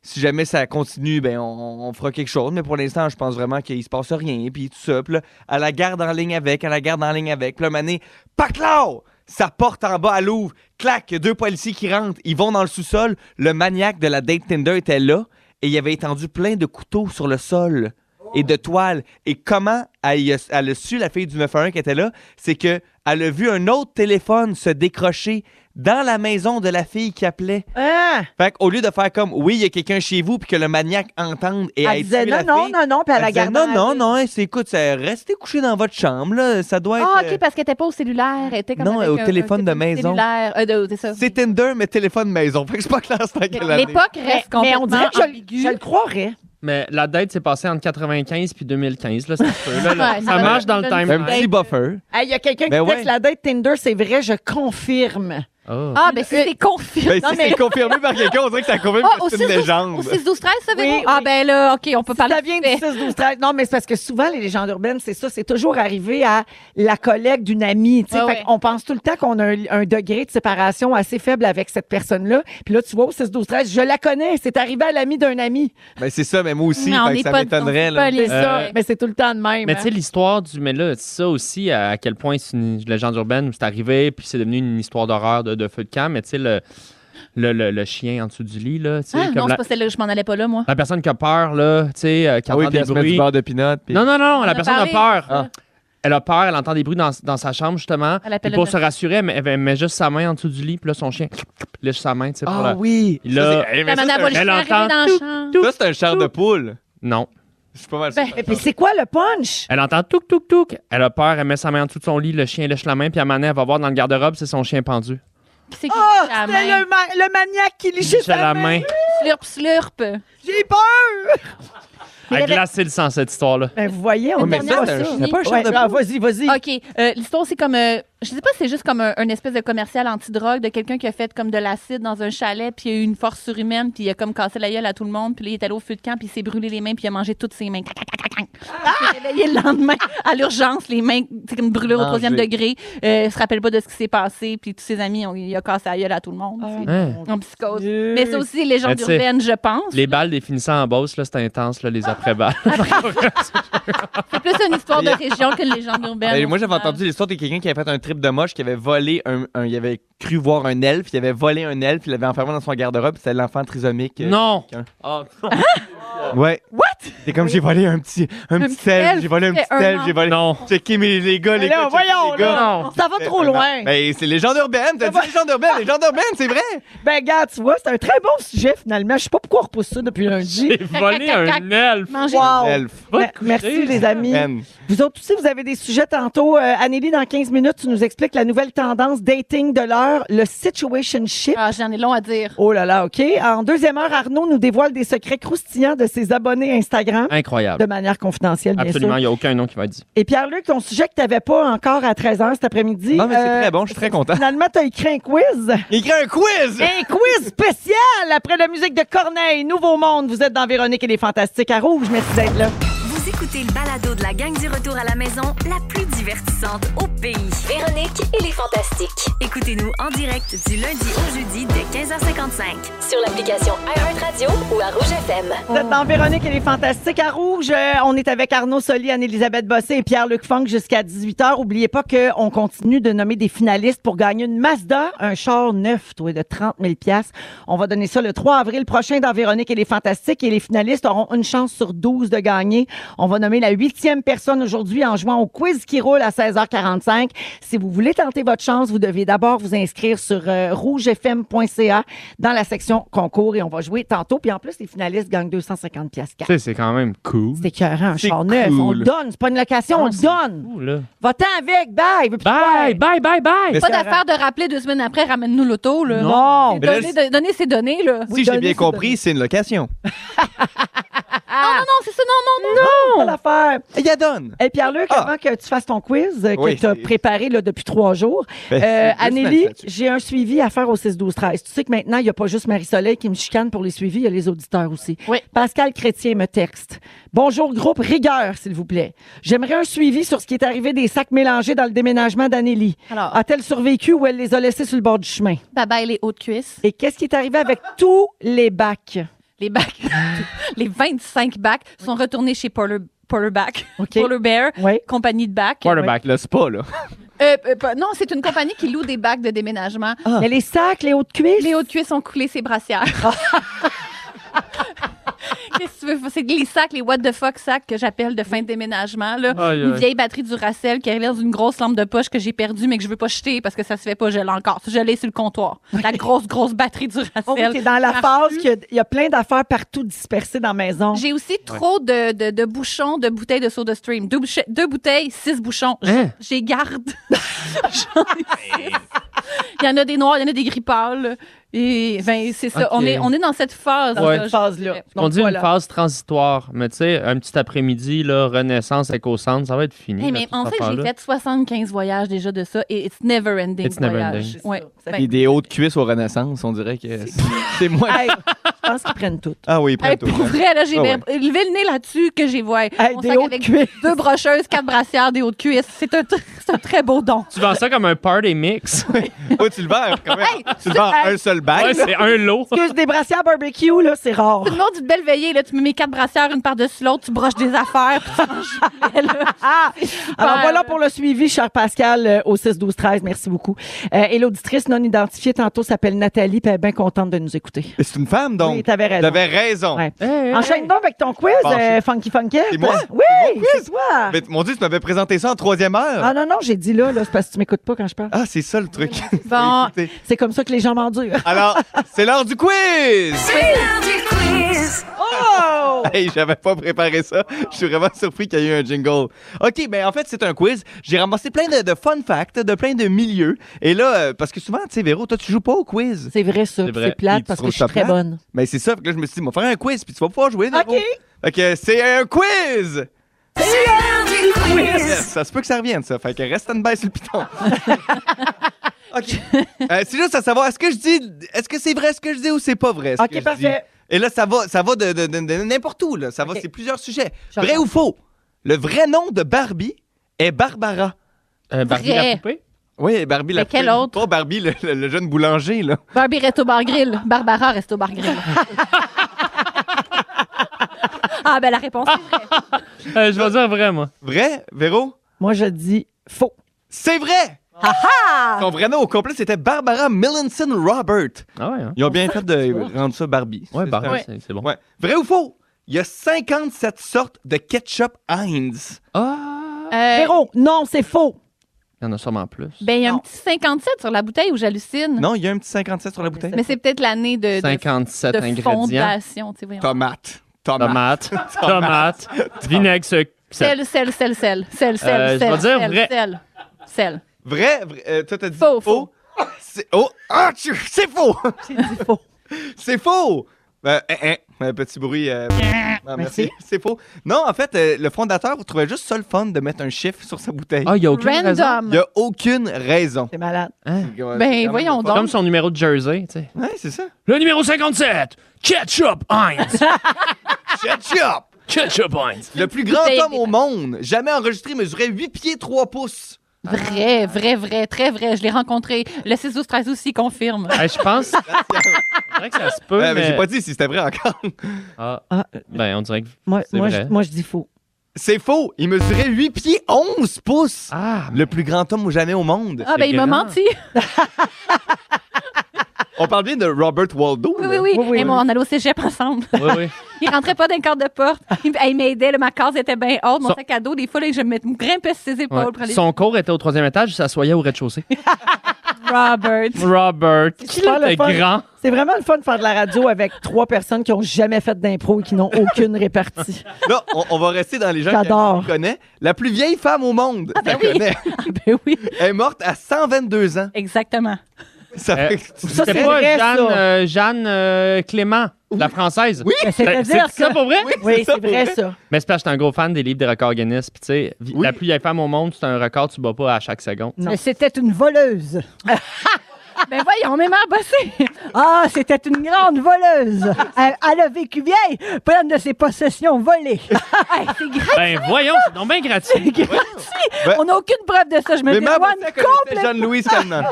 D: si jamais ça continue, ben on, on fera quelque chose, mais pour l'instant, je pense vraiment qu'il se passe rien, puis tout ça, puis là, elle la garde en ligne avec, elle la garde en ligne avec, puis là, mané, paclao! Sa porte en bas, elle ouvre, clac, y a deux policiers qui rentrent, ils vont dans le sous-sol, le maniaque de la date Tinder était là, et il avait étendu plein de couteaux sur le sol et de toile. Et comment elle, y a, elle a su, la fille du 911 qui était là, c'est que elle a vu un autre téléphone se décrocher dans la maison de la fille qui appelait.
C: Hein?
D: Fait qu'au lieu de faire comme oui, il y a quelqu'un chez vous, puis que le maniaque entende et
C: Elle
D: aille
C: disait
D: tuer la
C: non, non,
D: fille,
C: Oh, non, non, puis elle la
D: disait,
C: gardait.
D: non, non, non, hein, c'est- écoute, ça- restez couché dans votre chambre, là, ça doit être.
G: Ah,
D: euh,
G: OK, parce qu'elle était pas au cellulaire. Elle était comme
D: Non,
G: avec
D: au
G: un-
D: téléphone
G: un
D: de maison.
G: Cellulaire. Euh, de- c'est ça.
D: C'est Tinder, mais téléphone maison. Fait que c'est pas clair, c'est à quelle année.
G: L'époque reste
C: Mais
G: complètement
C: on dirait que je,
G: ambiguë.
C: je le croirais.
F: Mais la date s'est passée entre 95 puis 2015. Là, ça, se peut, là, là.
C: Ouais,
F: Ça
C: ça
F: marche
C: donne-
F: dans le
C: donne
F: time.
C: une Un petit
D: buffer.
C: Ah, Il y a quelqu'un qui
F: Ben
C: texte
F: ouais.
C: la date Tinder, c'est vrai, je confirme.
F: Oh.
G: Ah, ben si
F: Euh,
G: c'est confirmé.
D: Ben, si c'est confirmé par quelqu'un, on dirait que ça confirme
G: Ah, au
D: que c'est une
G: 6-12
D: légende.
G: Au 6-12-13, ça veut dire? Ah, ben là, OK, on peut parler.
C: Ça vient du 6, 12, 13. Non, mais c'est parce que souvent, les légendes urbaines, c'est ça. C'est toujours arrivé à la collègue d'une amie. tu sais.
G: Ouais,
C: Fait qu'on pense tout le temps qu'on a un, un degré de séparation assez faible avec cette personne-là. Puis là, tu vois, au 6, 12, 13, je la connais. C'est arrivé à l'ami d'un ami.
D: Ben, c'est ça, mais moi aussi,
C: Non, on
D: fait que
C: n'est
D: ça
C: pas-
D: m'étonnerait.
C: on
D: là.
C: n'est pas les
F: Euh,
C: Mais c'est tout le temps de même.
F: Mais
C: hein.
F: tu sais, l'histoire du. Mais là, ça aussi, à, à quel point c'est une légende urbaine où c'est arrivé, puis c'est devenu une histoire d'horreur de, de feu de camp. Mais tu sais, le, le, le- le chien en dessous du lit, là. tu sais,
G: Ah,
F: comme
G: non, c'est
F: la, Ah,
G: pas celle-là, je m'en allais pas là, moi.
F: la personne qui a peur, là, tu sais, euh, qui
D: Ah oui,
F: entend
D: puis
F: des
D: elle se met
F: bruits.
D: du Ah. beurre de pinot. puis-
F: Non, non, non,
G: On
F: la
G: a
F: personne
G: parlé.
F: a peur. Elle a peur, elle entend des bruits dans, dans sa chambre, justement.
G: Elle appelle
F: Puis pour
G: le
F: se rassurer, mais elle met- met juste sa main en dessous du lit, puis là, son chien lèche sa main, tu sais, pour
D: Ah
F: la-
D: oui!
F: Il a-
D: Ça, c'est- hey,
G: La
D: mais ça,
G: madame
D: c'est un-
G: va
F: elle
G: le
F: entend
G: dans le
F: tout,
G: champ.
D: Ça, c'est un char de poule.
F: Non.
D: Je suis pas mal sûr.
G: Ben,
C: Et puis, c'est quoi le punch?
F: Elle entend touc, touc, touc. Elle a peur, elle met sa main en dessous de son lit, le chien lèche la main, puis à un moment donné, elle va voir dans le garde-robe, c'est son chien pendu.
G: Qui c'est qui
C: Oh,
G: lèche la
C: c'était
G: main?
C: le, ma- le maniaque qui lichait
F: Lèche
C: sa
F: la
C: main.
F: main.
G: Slurp, slurp.
C: J'ai peur!
F: Elle
C: il y avait-
F: glacé le sang, cette histoire-là.
C: Ben, vous voyez, on
D: Ouais, mais
C: est
G: dernière
D: ça, c'est un-
G: aussi.
D: c'est pas un char
C: Ouais,
D: de
C: ah,
D: poule.
C: vas-y, vas-y.
G: OK. euh, L'histoire, c'est comme. euh, je sais pas si c'est juste comme un, un espèce de commercial antidrogue de quelqu'un qui a fait comme de l'acide dans un chalet, puis il a eu une force surhumaine, puis il a comme cassé la gueule à tout le monde, puis là, il est allé au feu de camp, puis il s'est brûlé les mains, puis il a mangé toutes ses mains. Tac, tac, tac, tac, tac. Il s'est réveillé le lendemain à l'urgence, les mains, c'est comme brûlées au
D: Mangé.
G: troisième degré. Euh, il se rappelle pas de ce qui s'est passé, puis tous ses amis, ont- il a cassé la gueule à tout le monde. C'est-
F: Hein?
G: En psychose.
C: Dieu.
G: Mais c'est aussi légende
F: Mais tu sais,
G: urbaine, je pense.
F: Les balles définissant en boss, là, c'était intense, là, les
G: [LAUGHS]
F: après-balles.
G: C'est plus une histoire de région qu'une légende urbaine.
D: Ben, moi,
G: au
D: j'avais
G: final.
D: entendu l'histoire de quelqu'un qui avait fait un trip de moche, qui avait volé un, un- Il avait cru voir un elfe, il avait volé un elfe, il l'avait enfermé dans son garde-robe, puis c'était l'enfant trisomique. euh,
F: non!
D: quelqu'un.
F: Ah,
D: Ouais. What? C'est comme j'ai volé un petit, un petit elfe, j'ai volé un
G: c'était
D: petit
G: un
D: elfe, j'ai volé.
F: non!
D: Checké mes les gars, les
C: Là,
D: gars. checkez
C: voyons,
D: les gars.
F: Non!
C: Ça va trop loin.
D: Ben, c'est légende urbaine, t'as dit légende urbaine, légende urbaine, c'est vrai!
C: Ben, gars, tu vois, c'est un très bon sujet, finalement. Je sais pas pourquoi on repousse ça depuis lundi.
F: J'ai volé un elfe!
G: Manger.
C: Wow.
D: Elfe.
C: Me- Merci, les amis.
D: Man.
C: Vous autres aussi, vous avez des sujets tantôt. Euh, Anneli, dans 15 minutes, tu nous expliques la nouvelle tendance dating de l'heure, le situationship.
G: Ah, j'en ai long à dire.
C: Oh là là, OK. En deuxième heure, Arnaud nous dévoile des secrets croustillants de ses abonnés Instagram.
F: Incroyable.
C: De manière confidentielle, bien
F: Absolument, il
C: sûr.
F: n'y a aucun nom qui va être dit.
C: Et Pierre-Luc, ton sujet que tu n'avais pas encore à 13h cet après-midi.
D: Non, Ah, mais c'est
C: euh,
D: très bon, je suis très
K: [LAUGHS]
D: content.
C: Finalement, tu as écrit un quiz.
D: Écris un quiz!
C: Un quiz spécial après la musique de Corneille, Nouveau Monde. Vous êtes dans Véronique et les Fantastiques à Rouge. Merci d'être là.
L: Vous écoutez le balado de la gang du retour à la maison, la plus divertissante au pays.
J: Véronique et les Fantastiques.
L: Écoutez-nous en direct du lundi au jeudi dès 15h55.
J: Sur l'application iHeartRadio ou à Rouge FM.
C: Vous êtes dans Véronique et les Fantastiques à Rouge. Euh, on est avec Arnaud Soli, Anne-Elisabeth Bossé et Pierre-Luc Funk jusqu'à 18h. Oubliez pas qu'on continue de nommer des finalistes pour gagner une Mazda, un char neuf toi, de 30 000 On va donner ça le 3 avril prochain dans Véronique et les Fantastiques et les finalistes auront une chance sur 12 de gagner. On va nommer la huitième personne aujourd'hui en jouant au quiz qui roule à 16h45. Si vous voulez tenter votre chance, vous devez d'abord vous inscrire sur euh, rougefm.ca dans la section concours et on va jouer tantôt. Puis en plus, les finalistes gagnent 250 piastres.
F: Tu sais, c'est quand même cool.
C: C'est écœurant, un
D: C'est
C: char neuf. On
D: cool.
C: le donne, c'est pas une location, on le donne.
F: Ah, Cool, là.
C: Va-t'en avec, bye. veux plus
F: Bye,
C: te voir.
F: bye, bye, bye!
D: Mais
G: Pas
D: ça-
G: d'affaire de rappeler deux semaines après, ramène-nous l'auto. Là.
C: Non.
G: Donnez- Donnez, de- donnez ces données, là.
C: Oui,
D: Si j'ai
C: donnez,
D: bien
C: c'est
D: compris, c'est une location.
G: Ah, Non, non, non, c'est ça, non, non, non.
C: Pas l'affaire.
D: Il y a donne!
C: Et Pierre-Luc,
D: Ah.
C: avant que tu fasses ton quiz euh, que
D: Oui,
C: tu as
D: c'est-
C: préparé là, depuis trois jours,
D: Ben,
C: euh,
D: c'est deux semaines,
C: Anneli,
D: là-dessus.
C: j'ai un suivi à faire au 6-12-13. Tu sais que maintenant, il n'y a pas juste Marie-Soleil qui me chicane pour les suivis, il y a les auditeurs aussi.
G: Oui.
C: Pascal Chrétien me texte. Bonjour, groupe, rigueur, s'il vous plaît. J'aimerais un suivi sur ce qui est arrivé des sacs mélangés dans le déménagement d'Anneli.
G: Alors.
C: A-t-elle survécu ou elle les a laissés sur le bord du chemin?
G: Bye bye, les hautes cuisses,
C: Et qu'est-ce qui est arrivé avec
G: Ah!
C: tous les bacs?
G: les
C: [LAUGHS]
G: bacs, les 25 bacs sont retournés chez Porter, Porter Back,
C: OK.
G: Porter Bear,
C: Oui.
G: compagnie de bacs.
D: Quarterback, là, c'est pas, là.
G: Euh, euh, pas- non, c'est une compagnie qui loue des bacs de déménagement.
D: Ah!
C: Mais les sacs, les hauts de cuisse.
G: Les hautes cuisses ont coulé ses
C: [LAUGHS]
G: brassières. Qu'est-ce que tu veux? C'est les sacs, les what the fuck sacs que j'appelle de fin de déménagement. Là.
F: Aïe,
G: Une
F: aïe.
G: vieille batterie du Racel qui relève d'une grosse lampe de poche que j'ai perdue mais que je veux pas jeter parce que ça se fait pas, je l'ai encore. Je l'ai sur le comptoir. La grosse, grosse batterie du Racel.
C: Oh oui, t'es dans la
G: Ça
C: phase
G: pue.
C: qu'il y a- il y a plein d'affaires partout dispersées dans la maison.
G: J'ai aussi trop de, de, de bouchons, de bouteilles de soda stream. Deux, bouche- deux bouteilles, six bouchons. J-
F: Hein?
G: J'ai garde. J'en ai six. Il y en a des noirs, il y en a des gris pâles. Et ben, c'est ça.
F: Ok.
G: On, est, on est dans cette phase.
F: Dans cette
G: là, je
C: phase-là.
G: dirais.
F: On dit
G: voilà.
F: une phase transitoire, mais tu sais, un petit après-midi, là, renaissance, éco-centre, ça va être fini.
G: Hey,
F: là,
G: Eh, mais
F: toute
G: en
F: cette
G: fait, j'ai
F: affaire-là.
G: fait 75 voyages déjà de ça et it's never ending.
F: It's never
G: voyage.
F: ending.
G: Ouais. Ben,
D: Et des hautes cuisses aux Renaissance, on dirait que c'est- c'est moi.
C: Hey, je pense qu'ils prennent [LAUGHS] toutes.
D: [LAUGHS] Ah oui, prends
G: hey,
D: tout.
G: pour vrai, là, j'ai
D: Ah ouais.
G: levé le nez là-dessus que j'ai ouais, on
C: des
G: sac
C: hauts de
G: avec
C: cuisse.
G: deux brocheuses, quatre brassières, des hauts de cuisse. C'est un, tr- c'est un très beau don.
F: Tu vends ça comme un party
G: [LAUGHS]
F: mix.
D: oh, tu le vends quand même. tu le vends
G: hey.
D: un seul bac.
F: Ouais, c'est un lot.
C: Excuse, des brassières barbecue, là, c'est rare. [LAUGHS]
G: Tout le monde, tu te belle veillée, là, tu mets mes quatre brassières une par-dessus l'autre, tu broches des affaires, puis tu [LAUGHS] manges du poulet, là.
C: Ah! Alors voilà pour le suivi, cher Pascal, euh, au 6-12-13. Merci beaucoup. Euh, et l'auditrice non identifiée tantôt s'appelle Nathalie, puis elle est bien contente de nous écouter.
D: C'est une femme, donc.
C: Oui, t'avais raison.
D: T'avais raison.
C: Ouais. Enchaîne donc avec ton quiz,
D: Penché.
C: euh, Funky Funkette.
D: Eh, C'est moi?
C: Oui, c'est toi.
D: Mais, mon Dieu, tu m'avais présenté ça en troisième heure.
C: Ah non, non, j'ai dit là, là c'est parce que tu m'écoutes pas quand je parle.
D: Ah, c'est ça le truc.
G: Bon.
D: [LAUGHS] Écoutez.
C: C'est comme ça que les gens m'endurent.
D: Alors, c'est l'heure
C: [LAUGHS]
D: du quiz!
C: Oh!
D: Hey, j'avais pas préparé ça. Je suis vraiment surpris qu'il y ait eu un jingle. OK, ben en fait, c'est un quiz. J'ai ramassé plein de, de fun facts, de plein de milieux. Et là, euh, parce que souvent, tu sais, Véro, toi, tu joues pas au quiz.
C: C'est vrai ça, puis
F: vrai.
C: c'est plate
D: Puis tu
C: parce que
D: trouves
C: je suis
D: ça
C: très
D: plate?
C: bonne.
D: Ben c'est ça. Fait que là, je me suis dit, on va faire un quiz, puis tu vas pouvoir jouer. Véro.
C: OK.
D: Fait que c'est un quiz! Yes,
E: quiz.
D: ça se peut que ça revienne, ça. Fait que reste une baisse sur
C: [LAUGHS]
D: le piton. OK. Euh, c'est juste à savoir, est-ce que je dis, est-ce que c'est vrai ce que je dis ou c'est pas vrai? ce
C: OK,
D: que je dis?
C: parfait.
D: Et là, ça va, ça va de, de- de- de n'importe où, là. Ça va,
C: OK.
D: c'est plusieurs sujets.
C: Je
D: vrai
C: regarde.
D: ou faux? Le vrai nom de Barbie est Barbara.
F: Euh, Barbie
G: Vrai.
F: la poupée?
D: Oui, Barbie la
G: Mais quel
D: poupée.
G: autre?
D: Pas Barbie, le, le- le jeune boulanger, là.
G: Barbie reste au bar grill. Barbara reste au bar grill.
C: [LAUGHS]
G: ah, ben la réponse est vraie.
F: [LAUGHS] Euh, je vais dire vrai, moi.
D: Vrai, Véro?
C: Moi, je dis faux.
D: C'est vrai!
C: Ah
D: Son vrai nom au complet, c'était Barbara Millinson Robert.
F: Ah ouais, hein?
D: Ils ont bien fait de rendre ça Barbie.
F: Ouais,
D: C'est-
F: Barbie,
D: c'est un-
F: c'est- c'est bon.
D: Ouais. Vrai ou faux? Il y a 57 sortes de ketchup Heinz.
F: Ah!
G: Euh,
C: Véro, non, c'est faux.
F: Il y en a sûrement plus.
G: ben, il y a un
C: Non.
G: petit 57 sur la bouteille où j'hallucine.
D: Non, il y a un petit 57 sur la bouteille.
G: Mais c'est peut-être l'année de, de,
F: 57
G: de
F: ingrédients.
G: fondation. tu sais, voyons.
D: Tomate. Tomate.
F: Tomate, tomate, vinaigre, sucre. sel.
G: Sel, sel, sel, sel. Sel,
F: Euh, je vais
G: sel, sel.
F: dire
G: sel,
F: vrai.
G: Sel, sel.
D: Vrai, vrai euh, toi, t'as dit
G: Faux,
D: C'est, oh, ah, tu-
G: [LAUGHS]
D: c'est faux! [LAUGHS] c'est faux! Ben, hein, hein, un petit
G: [LAUGHS]
D: bruit. euh, ah, merci.
C: Merci.
D: C'est faux. Non, en fait, euh, le fondateur trouvait juste ça le fun de mettre un chiffre sur sa bouteille.
F: Ah, il y a aucune raison.
D: Il
G: Random.
D: n'y a aucune raison.
C: C'est malade.
F: Hein?
G: Ben, voyons donc.
F: Comme son numéro de jersey, tu sais.
D: Ouais, c'est ça.
F: Le numéro 57, Ketchup Heinz.
D: Ketchup!
F: Ketchup Heinz.
D: Le plus grand
G: bouteille
D: homme au monde, jamais enregistré, mesurait 8 pieds 3 pouces.
G: Vrai, vrai, vrai, très vrai. Je l'ai rencontré. Le 6 12 13 aussi confirme.
F: Hey, je pense. C'est vrai que ça se peut,
D: Ouais, mais
F: mais...
D: j'ai pas dit si c'était vrai encore.
F: Ah,
C: Ah,
F: ben, on dirait que...
C: moi,
F: C'est
C: moi,
F: vrai.
C: je, moi, je dis faux.
D: C'est faux. Il mesurait 8 pieds 11 pouces. [LAUGHS]
F: Ah,
D: Le plus grand homme jamais au monde.
G: Ah, ben, il m'a
F: grand.
G: menti.
D: On parle bien de Robert Waldo.
G: Oui,
D: là.
G: oui, oui.
C: Oui, oui,
G: Et moi, on allait au cégep ensemble.
F: oui, oui.
G: Il rentrait pas d'un cadre de porte. Il, il m'aidait. là, Ma case était bien haute. Mon
F: Son-
G: sac à dos, des fois, là, je me grimpais sur ses
F: Ouais.
G: épaules. pour aller-
F: Son cours était au troisième étage, il s'assoyait au rez-de-chaussée.
G: Robert.
F: Robert, qui
C: super le
F: était
C: fun.
F: grand.
C: C'est vraiment le fun de faire de la radio avec trois personnes qui ont jamais fait d'impro et qui n'ont aucune [LAUGHS] répartie.
D: Là, on, on va rester dans les gens
C: J'adore.
D: que tu connais. La plus vieille femme au monde.
G: ben
D: tu la
G: oui. [LAUGHS]
D: connais.
G: ben oui,
D: Elle est morte à 122 ans.
G: exactement.
D: Ça
F: Euh,
D: fait que tu
C: ça,
D: disais-
F: C'était
C: c'est
F: pas
C: vrai,
F: Jeanne,
C: ça.
F: euh, Jeanne euh, Clément, la française. Oui,
C: Mais
F: c'est
C: c'est-à-dire
F: ça
C: que-
F: pour vrai?
C: Oui,
D: ça,
C: c'est vrai,
D: pour
C: ça.
F: Mais c'est parce que j'étais un gros fan des livres des records Guinness. Puis tu sais, vi-
D: Oui.
F: la plus vieille femme au monde, c'est un record, tu bats pas à chaque seconde.
C: Non.
I: C'était
C: [LAUGHS]
I: une voleuse.
G: Ben voyons, mes mères bossées.
I: [LAUGHS] Ah, c'était une grande voleuse. Elle, elle a vécu vieille, pleine de ses possessions
C: [LAUGHS]
I: volées.
G: Ah, c'est grave.
F: Ben voyons, c'est donc bien gratuit.
D: Ben-
I: On n'a aucune preuve de ça. Je me
D: Mais ma
I: dévoile
D: voisine connaissait
I: complètement.
D: Jeanne-Louise Calment.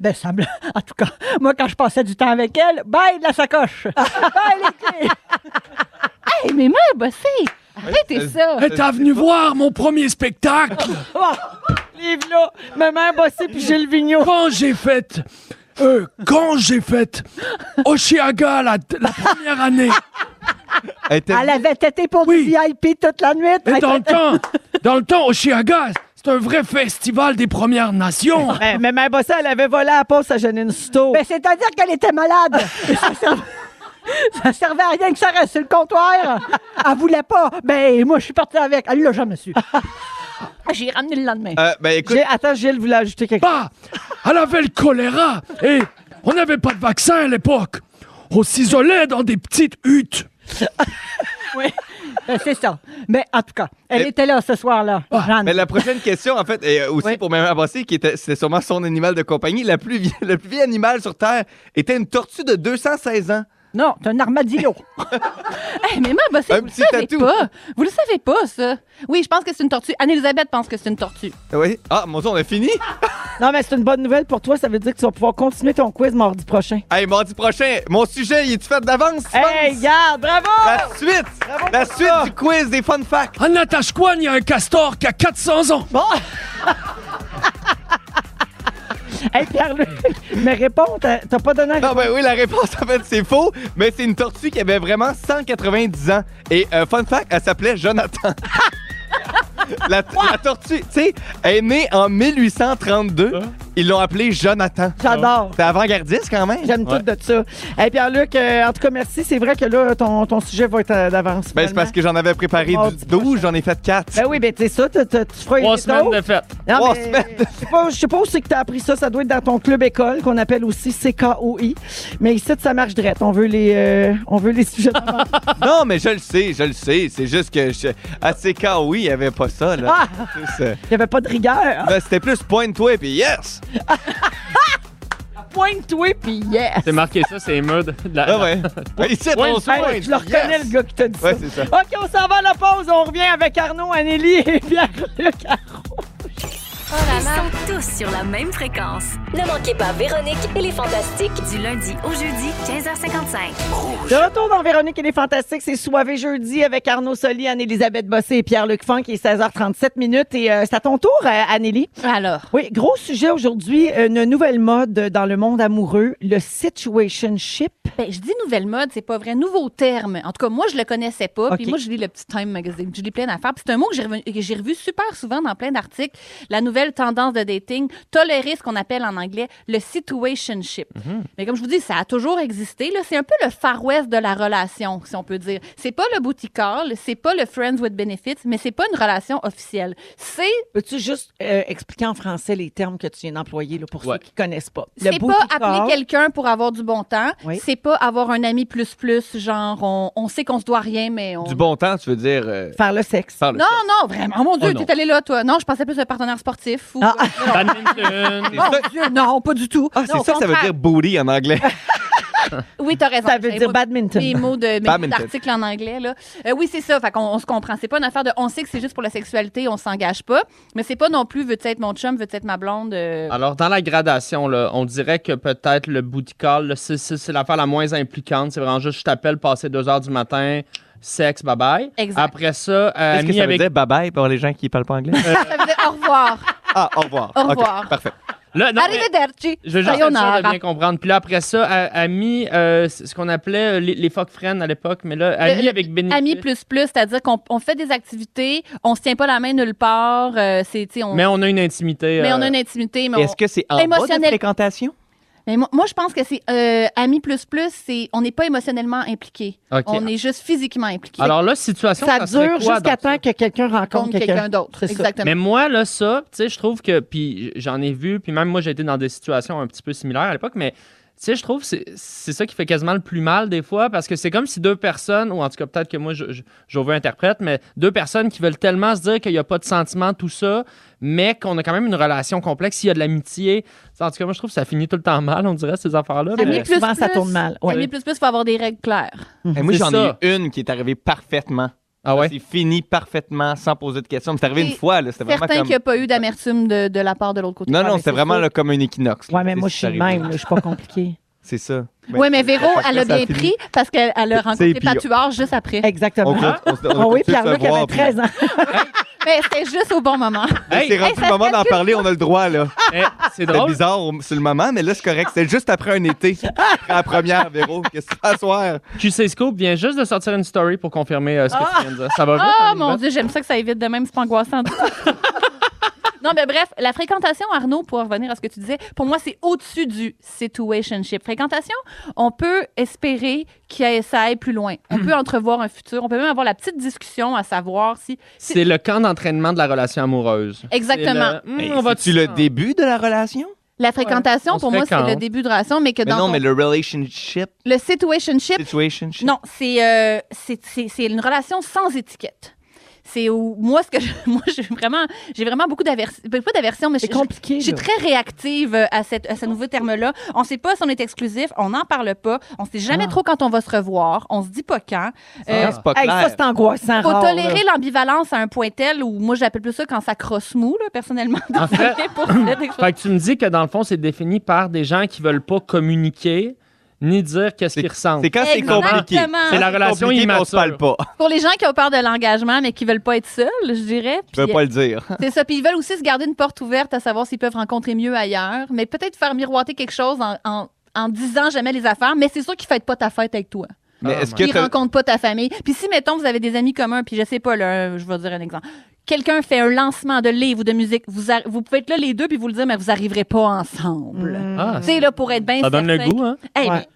I: Ben, ça me- En tout cas, moi, quand je passais du temps avec elle, bye de la sacoche. bye les clés.
G: Hey, mes mères bossées. Arrêtez
D: Ouais,
G: ça.
F: T'es venu voir mon premier spectacle
C: [LAUGHS] Livre-là, ma mère bossée puis Gilles Vigneault.
F: quand j'ai fait. quand j'ai fait Oshiaga la, première année.
D: Elle était-
I: Elle avait têté pour
F: Oui.
I: du VIP toute la nuit.
F: Et
I: [LAUGHS]
F: dans le temps, dans le temps, Oshiaga, c'est un vrai festival des Premières Nations.
I: [LAUGHS]
C: Mais, mais mère bossée, elle avait volé à la poste à Janine Souto.
I: Ben, c'est-à-dire qu'elle était malade. [LAUGHS] ça, serv- ça servait à rien que ça reste sur le comptoir. Elle voulait pas. Ben, moi, je suis partie avec. Elle l'a jamais su.
G: J'ai ramené le lendemain.
D: Euh, ben écoute.
C: Attends, Gilles voulait ajouter quelque
M: chose. Bah, Elle avait le choléra et on n'avait pas de vaccin à l'époque. On s'isolait dans des petites huttes.
I: Oui, ben, c'est ça. Mais en tout cas, elle était là ce soir-là,
M: Ah.
C: Ah,
I: Jeanne.
D: Mais la prochaine question, en fait, est euh, aussi pour Mme Abbassi, qui était, c'était sûrement son animal de compagnie, la plus vie- [LAUGHS] le plus vieux animal sur Terre était une tortue de 216 ans.
I: Non, c'est un armadillo.
G: Hey, mais moi, bah, c'est-
D: Un
G: vous le
D: petit
G: savez
D: tatou.
G: pas. Vous le savez pas, ça. Oui, je pense que c'est une tortue. Anne-Elisabeth pense que c'est une tortue.
D: Oui. Ah, mon Dieu, on a fini?
C: [LAUGHS] Non, mais c'est une bonne nouvelle pour toi. Ça veut dire que tu vas pouvoir continuer ton quiz mardi prochain.
D: Hey, mardi prochain, mon sujet, il est-tu fait d'avance?
C: Hey, regarde, bravo!
D: La suite! la suite du quiz des fun facts!
M: En Natashquan, il y a un castor qui a 400 ans.
C: Hey, Pierre-Luc, mais réponds, t'as t'as pas donné la
D: Non, ben oui, la réponse, en fait, c'est faux, mais c'est une tortue qui avait vraiment 190 ans. Et euh, fun fact, elle s'appelait Jonathan. [LAUGHS] la, la tortue, tu sais, elle est née en 1832. Ils l'ont appelée Jonathan.
C: J'adore.
D: Ben, C'est avant-gardiste quand même.
C: J'aime tout de ça. Hey, Pierre-Luc, euh, en tout cas, merci. C'est vrai que là, ton, ton sujet va être euh, d'avance.
D: Ben, c'est parce que j'en avais préparé du 12, j'en ai fait 4.
C: Ben oui, ben tu sais ça, t'as- t'as- tu feras une
D: Trois
C: étoile.
D: semaines de fête.
C: Non,
D: Trois
C: mais,
D: semaines
C: Je sais pas- je sais pas où c'est que t'as appris ça. Ça doit être dans ton club école, qu'on appelle aussi CKOI. Mais ici, ça marche drette. On veut les, euh, on veut les sujets d'avance.
D: [LAUGHS] Non, mais je le sais, je le sais. C'est juste que je... à CK, oui, il n'y avait pas ça. Là.
C: Ah!
D: Plus, euh,
C: Il y avait pas de rigueur.
D: ben, C'était plus pointe-toi et puis yes!
C: Pointe-toi, puis yes!
F: C'est marqué ça, c'est les murs de de la. Ah ouais.
D: Ben, Ici,
C: Hey, je le reconnais, le gars qui t'a dit
F: Ouais,
C: ça.
F: c'est ça.
C: OK, on s'en va à la pause. On revient avec Arnaud, Anélie et [LAUGHS] Pierre-Luc.
L: Ils sont tous sur la même fréquence.
J: Ne manquez pas Véronique et les Fantastiques.
L: Du lundi au jeudi, 15h55.
C: De retour dans Véronique et les Fantastiques, c'est Soivé jeudi avec Arnaud Soli, Anne-Élisabeth Bossé et Pierre-Luc Funk, qui est 16h37 minutes. Et euh, c'est à ton tour, euh, Annélie.
G: Alors.
C: Oui, gros sujet aujourd'hui, une nouvelle mode dans le monde amoureux, le situationship.
G: Ben, je dis nouvelle mode, c'est pas vrai. Nouveau terme. En tout cas, moi, je le connaissais pas.
C: OK.
G: Puis moi, je lis le petit Time Magazine. puis Je lis plein d'affaires. Puis c'est un mot que j'ai revu, que j'ai revu super souvent dans plein d'articles. La nouvelle tendance de dating, tolérer ce qu'on appelle en anglais le situationship.
C: Mhm.
G: Mais comme je vous dis, ça a toujours existé. là. C'est un peu le Far West de la relation, si on peut dire. C'est pas le boutique call, c'est pas le Friends with Benefits, mais c'est pas une relation officielle. C'est
C: Peux-tu juste euh, expliquer en français les termes que tu viens d'employer là, pour ceux qui connaissent pas?
G: C'est
C: booty
G: pas
C: call.
G: appeler quelqu'un pour avoir du bon temps.
C: Oui.
G: C'est pas avoir un ami plus plus, genre on, on sait qu'on se doit rien, mais on.
D: Du bon temps, tu veux dire. euh,
C: Faire le sexe.
D: Faire le
G: non, non, vraiment. Mon Dieu,
D: Oh non.
G: t'es allé là, toi. Non, je pensais plus à un partenaire sportif.
C: Ah,
G: Ou... euh,
D: Badminton.
G: Mon Dieu, non, pas du tout.
D: Ah, c'est ça, ça veut dire booty en anglais.
G: Oui, t'as raison.
C: ah, Ça veut
G: J'avais
C: dire
G: pas
C: badminton.
G: Des mots de- mes mots
D: Badminton.
G: d'articles en anglais, là. Euh, oui, c'est ça. Fait qu'on on se comprend. C'est pas une affaire de on sait que c'est juste pour la sexualité, on s'engage pas. Mais c'est pas non plus veux-tu être mon chum, veux-tu être ma blonde. euh,
F: Alors, dans la gradation, là, on dirait que peut-être le booty call, là, c'est, c'est- c'est l'affaire la moins impliquante. C'est vraiment juste je t'appelle, passer 2 heures du matin, sexe, bye bye.
G: Exact.
F: Après ça, euh,
D: Qu'est-ce que
F: ami
D: ça
F: avec.
D: veut dire bye-bye pour les gens qui parlent pas anglais?
G: Ça veut dire au revoir.
D: ah, au revoir.
G: Au
D: OK,
G: revoir.
D: parfait.
F: Là, non, mais
G: Arrivederci.
F: Je veux juste être
G: Sayonara.
F: sûr de bien comprendre. Puis là, après ça, a- ami, euh, c'est ce qu'on appelait euh, les, les fuck friends à l'époque, mais là, ami
G: Le-
F: avec bénéfice.
G: Amis plus plus, c'est-à-dire qu'on on fait des activités, on se tient pas la main nulle part, euh, c'est, tu sais, on,
F: Mais on a une intimité.
G: mais on a
F: euh,
G: une intimité. Mais
F: est-ce
G: on-
F: que c'est en bas de
G: émotionnel-
D: fréquentation?
G: Mais moi, moi, je pense que c'est euh, amis plus plus, c'est on n'est pas émotionnellement impliqué.
F: Ok.
G: On est juste physiquement impliqué.
F: Alors là, situation.
C: Ça,
F: serait
C: dure
F: quoi,
C: jusqu'à
F: donc?
C: temps que quelqu'un rencontre
G: Rencontre
C: quelqu'un,
G: quelqu'un d'autre,
C: C'est ça.
G: exactement.
F: Mais moi, là, ça, tu sais, je trouve que. Puis j'en ai vu, puis même moi, j'ai été dans des situations un petit peu similaires à l'époque, mais. Tu sais, je trouve que c'est c'est ça qui fait quasiment le plus mal des fois parce que c'est comme si deux personnes, ou en tout cas peut-être que moi je, je, interprète, mais deux personnes qui veulent tellement se dire qu'il n'y a pas de sentiment, tout ça, mais qu'on a quand même une relation complexe, il y a de l'amitié. En tout cas, moi je trouve que ça finit tout le temps mal, on dirait, ces affaires-là.
G: amis
D: euh,
F: mais-
G: plus
C: souvent,
G: plus,
C: ça tourne mal, ouais.
G: Amis plus plus, faut avoir des règles claires.
D: Et Eh, moi,
F: C'est
D: j'en ai
F: ça.
D: eu une qui est arrivée parfaitement. Ah ouais? C'est fini parfaitement, sans poser de questions. Mais C'est arrivé
G: Et
D: une fois, là. C'était vraiment
G: Certain
D: comme.
G: qu'il n'y a pas eu d'amertume de, de la part de l'autre côté.
C: Ah,
G: Ah, ben,
D: Non, non, c'était vraiment là, comme un équinoxe. là.
C: Ouais, mais
D: Tu sais,
C: moi, je
D: c'est
C: suis le
D: arrivé.
C: même. là, Je suis pas [LAUGHS] compliqué.
D: C'est ça.
G: Oui, mais Véro,
D: Fait que
G: elle
D: là,
G: a
D: ça
G: bien
D: fini.
G: pris parce qu'elle elle a
D: Tu sais,
G: rencontré
D: puis-
G: Patuard juste après.
C: Exactement.
D: On compte- on se- on
C: Ah
D: a
C: oui,
D: tous
C: Pierre-Luc
D: se voir,
C: avait
D: puis-
C: 13 ans.
G: Mais c'était Ben, juste au bon moment.
D: Là, c'est rendu le moment d'en parler, on a le droit, là.
F: Eh, C'est
D: C'était bizarre au- sur le moment, mais là, c'est correct. C'est juste après un été. Après la première, Véro. Qu'est-ce que tu fais à soir?
F: QC Scoop vient juste de sortir une story pour confirmer euh, ce que tu viens de dire. Ça va vite.
G: Ah
F: hein,
G: mon
F: Yvette?
G: Dieu, j'aime ça que ça évite de même, c'est pas angoissant. du tout. [LAUGHS] Non, mais bref, la fréquentation, Arnaud, pour revenir à ce que tu disais, pour moi, c'est au-dessus du situationship. Fréquentation, on peut espérer que ça aille plus loin. On peut entrevoir un futur. On peut même avoir la petite discussion à savoir si. si-
F: C'est le camp d'entraînement de la relation amoureuse.
G: Exactement. Mmh,
F: C'est le-
G: Hey,
F: Hmm, on va-
D: C'est-tu le début de la relation?
G: La fréquentation, pour moi, c'est
D: fréquente.
G: le début de relation, mais que
D: Mais
G: dans
D: non,
G: ton-
D: mais le relationship.
G: le situationship,
D: Situationship.
G: Non, c'est euh, c'est- c'est- c'est une relation sans étiquette. C'est où moi ce que je- [LAUGHS] moi j'ai vraiment j'ai vraiment beaucoup d'aversion pas d'aversion mais je,
C: compliqué,
G: je, je suis
C: là.
G: très réactive euh, à cette à ce nouveau terme là. On sait pas si on est exclusif, on n'en parle pas, on sait jamais trop quand on va se revoir, on se dit pas quand.
C: Ah, c'est pas Hey, clair. ça, c'est angoissant,
G: Faut
C: rare,
G: tolérer
C: là.
G: l'ambivalence à un point tel où moi j'appelle plus ça quand ça crosse mou là personnellement. [LAUGHS]
F: En fait,
G: Pour cette expression.
F: fait que tu me dis que dans le fond, c'est défini par des gens qui veulent pas communiquer ni dire qu'est-ce qu'ils ressentent.
G: c'est quand c'est compliqué. Exactement.
F: C'est la
G: Quand c'est
F: relation
G: compliqué,
F: immature.
G: on se parle
D: pas.
G: Pour les gens qui ont peur de l'engagement mais qui veulent pas être seuls, je dirais.
D: Je veux
G: puis- euh,
D: pas le dire.
G: C'est ça. Puis ils veulent aussi se garder une porte ouverte à savoir s'ils peuvent rencontrer mieux ailleurs, mais peut-être faire miroiter quelque chose en, en, en disant jamais les affaires. Mais c'est sûr qu'ils ne fêtent pas ta fête avec toi.
D: Mais
G: Ils
D: est-ce que t'as-
G: rencontrent pas ta famille. Puis si, mettons, vous avez des amis communs, puis je sais pas, là, je vais dire un exemple. Quelqu'un fait un lancement de livre ou de musique, vous, arri- vous pouvez être là les deux puis vous le dire, mais vous arriverez pas ensemble.
C: Mm.
F: Ah.
G: Tu sais, là, pour être bien
F: Ça donne le
G: certain.
F: goût, hein?
G: Hey,
F: Ouais.
G: mais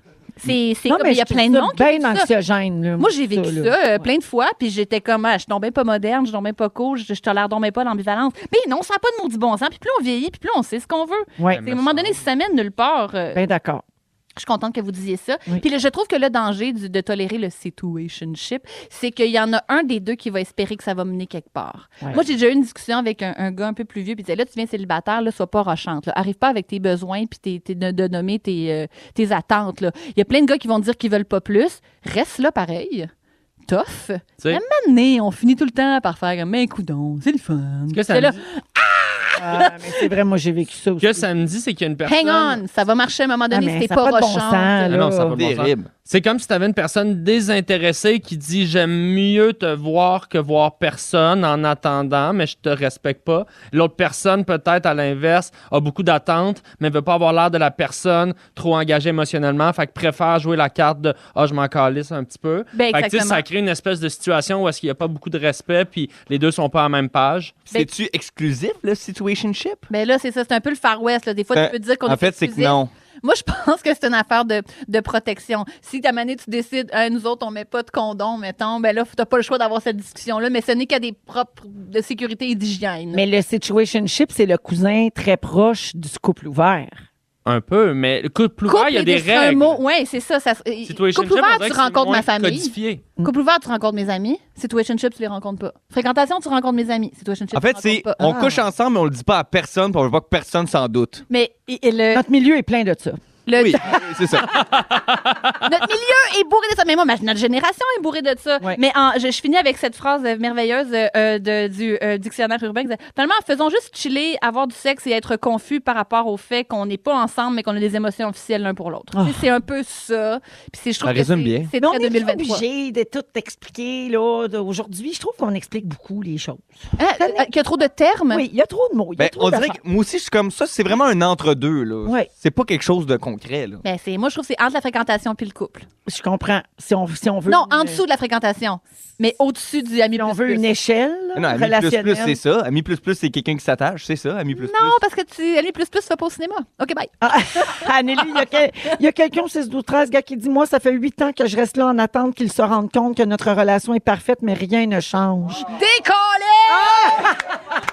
G: c'est c'est
C: Non,
G: comme
C: mais
G: il y a
C: je trouve
G: plein de
C: ça
G: monde
C: bien
G: qui vit ça.
C: anxiogène, là,
G: Moi j'ai vécu
C: ça,
G: ça,
C: là.
G: euh, plein de fois puis j'étais comme ah, je suis tombée pas moderne, je suis tombée pas cool, je, je tolère donc bien pas l'ambivalence. Mais non, ça n'a pas de maudit bon sens. Puis plus on vieillit, puis plus on sait ce qu'on veut.
C: Ouais.
G: C'est, à un moment donné, si ça mène nulle part, euh,
C: Bien d'accord.
G: je suis contente que vous disiez ça. Puis là, je trouve que le danger du- de tolérer le situationship, c'est qu'il y en a un des deux qui va espérer que ça va mener quelque part.
N: Ouais.
G: Moi, j'ai déjà eu une discussion avec un, un gars un peu plus vieux, puis il disait, là, tu viens célibataire, là, sois pas rochante. Là. Arrive pas avec tes besoins, puis tes, tes- de, de nommer tes, euh, tes attentes. là. Il y a plein de gars qui vont te dire qu'ils veulent pas plus. Reste là pareil. Tough. À
F: sais-
G: un moment donné, on finit tout le temps par faire, mais coudon, c'est le fun.
F: que ça
G: C'est
F: me
G: là,
F: dit-
C: Ah, mais c'est vrai, moi, j'ai vécu ça aussi.
F: que ça me dit, c'est qu'il y a une personne.
G: hang on, ça va marcher à un moment donné
C: Ah, mais
G: si t'es
C: ça
G: pas
C: a pas de bon
G: rochante.
C: sens,
F: Ah non, ça a pas de bon sens.
D: Terrible.
F: C'est comme si tu avais une personne désintéressée qui dit j'aime mieux te voir que voir personne en attendant, mais je te respecte pas. L'autre personne, peut-être à l'inverse, a beaucoup d'attentes, mais veut pas avoir l'air de la personne trop engagée émotionnellement, fait que préfère jouer la carte de ah je m'en calisse un petit peu. fait
G: Ben,
F: que, tu sais,
G: exactement.
F: ça crée une espèce de situation où est-ce qu'il y a pas beaucoup de respect, puis les deux sont pas à la même page.
D: C'est-tu exclusif le situationship?
G: Mais Ben là, c'est ça, c'est un peu le Far West. Là. Des fois,
F: Ben,
G: tu peux dire qu'on
F: en
G: est
F: fait, c'est que
G: exclusif.
F: non.
G: Moi, je [LAUGHS] pense que c'est une affaire de, de protection. Si ta manée, tu décides, Hey, nous autres, on met pas de condom, mettons, ben là, t'as pas le choix d'avoir cette discussion-là, mais ce n'est qu'à des propres de sécurité et d'hygiène.
C: Mais le situationship, c'est le cousin très proche du couple ouvert.
F: Un peu, mais le couple ouvert, il y a des règles.
G: Oui, c'est ça. ça se-
F: Situationship,
G: couple ouvert,
F: on dirait
G: tu
F: que c'est
G: rencontres
F: moins
G: ma famille.
F: codifié.
G: Couple ouvert, tu rencontres mes amis. Situationship, tu les rencontres pas. Fréquentation, tu rencontres mes amis. Situationship,
D: En fait,
G: tu les
D: c'est
G: rencontres pas.
D: on couche ensemble, mais on le dit pas à personne, puis on veut pas que personne s'en doute.
G: Mais et-
F: Ah,
G: et le,
C: Notre milieu est plein de ça.
G: le,
D: Oui, c'est ça.
G: notre milieu est bourré de ça. Mais moi, ma- notre génération est bourrée de ça. Mais en- je, je finis avec cette phrase euh, merveilleuse euh, euh, de- du euh, dictionnaire urbain. qui disait, Finalement, faisons juste chiller, avoir du sexe et être confus par rapport au fait qu'on n'est pas ensemble, mais qu'on a des émotions officielles l'un pour l'autre.
C: Ah.
G: Tu sais, C'est un peu ça. Puis c'est- je trouve
D: Ça
G: que
D: résume
G: c'est-
D: bien.
G: C'est
C: Mais on
G: très
C: est plus
G: 2023.
C: obligé de tout expliquer là de- aujourd'hui. Je trouve qu'on explique beaucoup les choses.
G: Hein, euh, qu'il y a trop de termes.
C: Oui, il y a trop de mots. il y a
D: Ben,
C: trop
D: on dirait
C: d'affaires.
D: que moi aussi, je suis comme ça, c'est vraiment un entre-deux. là.
C: Ouais.
D: C'est pas quelque chose de concret. Là.
G: Ben, c'est- moi, je trouve que c'est entre la fréquentation puis le couple.
C: Je comprends. Si on, si on veut.
G: Non,
C: une-
G: en dessous de la fréquentation, mais au-dessus du ami plus
C: On veut une échelle là,
D: Non, ami plus
C: relationnelle.
D: plus, c'est ça. Ami plus plus, c'est quelqu'un qui s'attache, c'est ça. Ami plus
G: Non, parce que tu aller plus plus, tu vas pas au cinéma. OK, bye.
C: Anneli, il y a, quel- il y a quelqu'un au 6 12 13 gars qui dit Moi, ça fait huit ans que je reste là en attente qu'ils se rendent compte que notre relation est parfaite, mais rien ne change. Ah,
G: Décollé!
D: plus.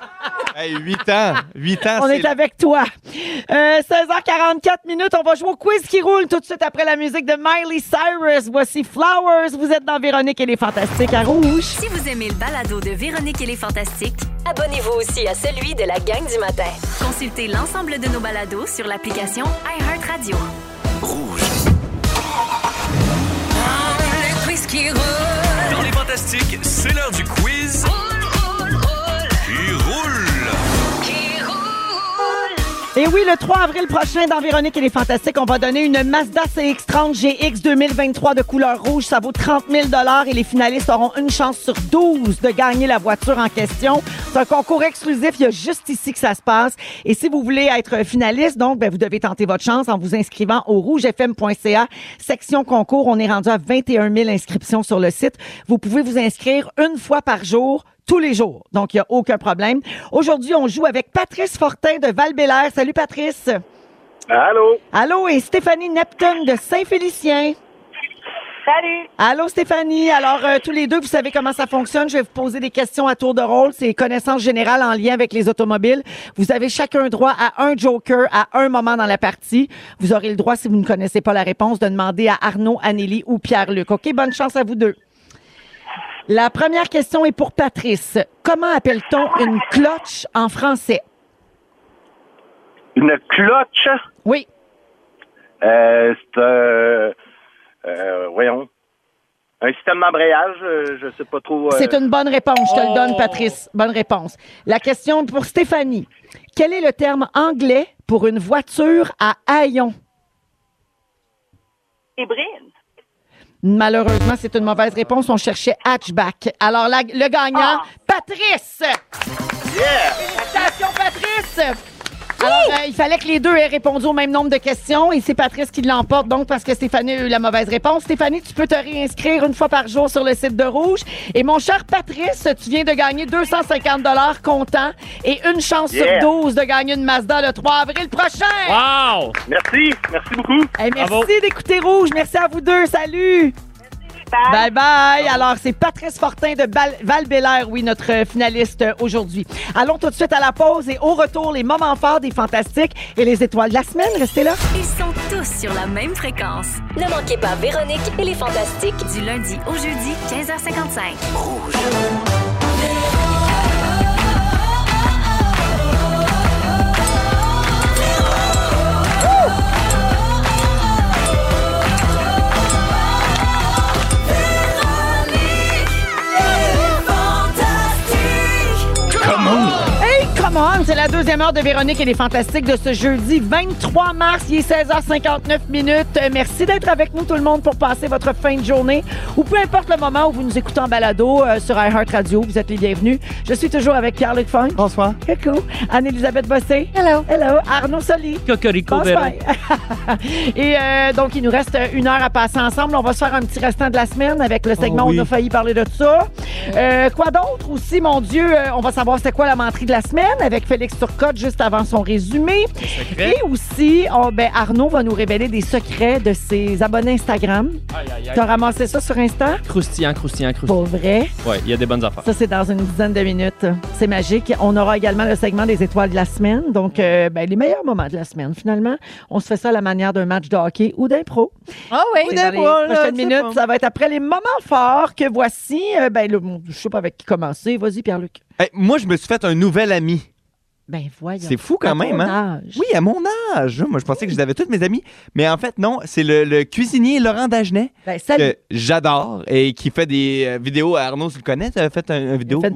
D: Hey, 8 ans. 8 ans,
C: On
D: Ah, c'est
C: est avec toi. Euh, 16h44 minutes, on va jouer au quiz qui roule tout de suite après la musique de Miley Cyrus. Voici Flowers. Vous êtes dans Véronique et les Fantastiques à Rouge.
L: Si vous aimez le balado de Véronique et les Fantastiques,
J: Abonnez-vous aussi à celui de la gang du matin.
L: consultez l'ensemble de nos balados sur l'application iHeartRadio.
E: Le quiz qui roule.
H: Dans les fantastiques, c'est l'heure du quiz. Qui roule. Qui
C: Et oui, le 3 avril prochain, dans Véronique et les Fantastiques, on va donner une Mazda CX-30 GX 2023 de couleur rouge. Ça vaut 30 000 et les finalistes auront une chance sur 12 de gagner la voiture en question. C'est un concours exclusif. Il y a juste ici que ça se passe. Et si vous voulez être finaliste, donc, ben, vous devez tenter votre chance en vous inscrivant au rougefm.ca, section concours. On est rendu à 21 000 inscriptions sur le site. Vous pouvez vous inscrire une fois par jour. Tous les jours. Donc, il n'y a aucun problème. Aujourd'hui, on joue avec Patrice Fortin de val Salut, Patrice.
N: Allô?
C: Allô, et Stéphanie Neptune de Saint-Félicien.
O: Salut.
C: Allô Stéphanie. Alors euh, tous les deux, vous savez comment ça fonctionne. Je vais vous poser des questions à tour de rôle. C'est connaissances générales en lien avec les automobiles. Vous avez chacun droit à un joker à un moment dans la partie. Vous aurez le droit, si vous ne connaissez pas la réponse, de demander à Arnaud, Anneli ou Pierre-Luc. OK, bonne chance à vous deux. La première question est pour Patrice. Comment appelle-t-on une cloche en français?
N: Une cloche?
C: Oui.
N: Euh, c'est euh, euh, voyons. Un système d'embrayage, euh, je sais pas trop. euh, Oh.
C: C'est une bonne réponse. Je te le donne, Patrice. Bonne réponse. La question pour Stéphanie. Quel est le terme anglais pour une voiture à haillons?
O: Hybride.
C: Malheureusement, c'est une mauvaise réponse. On cherchait hatchback. Alors, la- le gagnant,
N: Ah!
C: Patrice! Félicitations, Patrice! Alors, euh, il fallait que les deux aient répondu au même nombre de questions et c'est Patrice qui l'emporte, donc, parce que Stéphanie a eu la mauvaise réponse. Stéphanie, tu peux te réinscrire une fois par jour sur le site de Rouge. Et mon cher Patrice, tu viens de gagner 250 comptant et une chance
N: Yeah.
C: sur 12 de gagner une Mazda le 3 avril prochain!
N: Wow! Merci, merci beaucoup.
C: Hey, merci d'écouter Rouge. Merci à vous deux. Salut. Bye bye. Alors, c'est Patrice Fortin de val bélair oui, notre euh, finaliste euh, aujourd'hui. Allons tout de suite à la pause et au retour, les moments forts des Fantastiques et les étoiles de la semaine. Restez là.
L: Ils sont tous sur la même fréquence. Ne manquez pas Véronique et les Fantastiques du lundi au jeudi 15h55. Rouge.
C: Hey, come on! C'est la deuxième heure de Véronique et les Fantastiques de ce jeudi 23 mars. Il est 16h59 minutes. Euh, Merci d'être avec nous, tout le monde, pour passer votre fin de journée ou peu importe le moment où vous nous écoutez en balado euh, sur iHeartRadio. Vous êtes les bienvenus. Je suis toujours avec Pierre-Luc Funk.
D: Oh.
C: Bonsoir. Coucou. Anne-Elisabeth Bossé. Hello. Hello. Arnaud Soli.
F: Cocorico,
C: Bonsoir.
F: Véro.
C: [LAUGHS] Et euh, donc, il nous reste une heure à passer ensemble. On va se faire un petit restant de la semaine avec le segment
P: Oh oui.
C: où on a failli parler de ça. Euh, quoi d'autre aussi, mon Dieu? euh, on va savoir c'était quoi la menterie de la semaine avec Félix Turcotte juste avant son résumé.
F: secret.
C: Et aussi, on- ben, Arnaud va nous révéler des secrets de ses abonnés Instagram.
F: Aïe, aïe, aïe.
C: T'as ramassé ça sur Insta?
F: Croustillant, croustillant, croustillant.
C: Pour vrai?
F: Ouais, il y a des bonnes affaires.
C: Ça, c'est dans une dizaine de minutes. C'est magique. On aura également le segment des étoiles de la semaine. Donc, euh, ben, les meilleurs moments de la semaine, finalement. On se fait ça à la manière d'un match de hockey ou d'impro.
G: Ah oui.
C: C'est dans les prochaines minutes. Ça va être après les moments forts que voici. Euh, ben, le, je sais pas avec qui commencer. Vas-y, Pierre-Luc.
D: Hey, moi, je me suis fait un nouvel ami.
C: Ben, voyons.
D: C'est fou quand
C: À
D: même,
C: ton
D: hein?
C: âge.
D: Oui, à mon âge. Moi, je pensais que je les avais tous mes amis. Mais en fait, non, c'est le, le cuisinier Laurent Dagenet.
C: Ben, salut.
D: Que j'adore et qui fait des euh, vidéos à Arnaud, tu le connais, tu as fait un, une vidéo. où tu- Une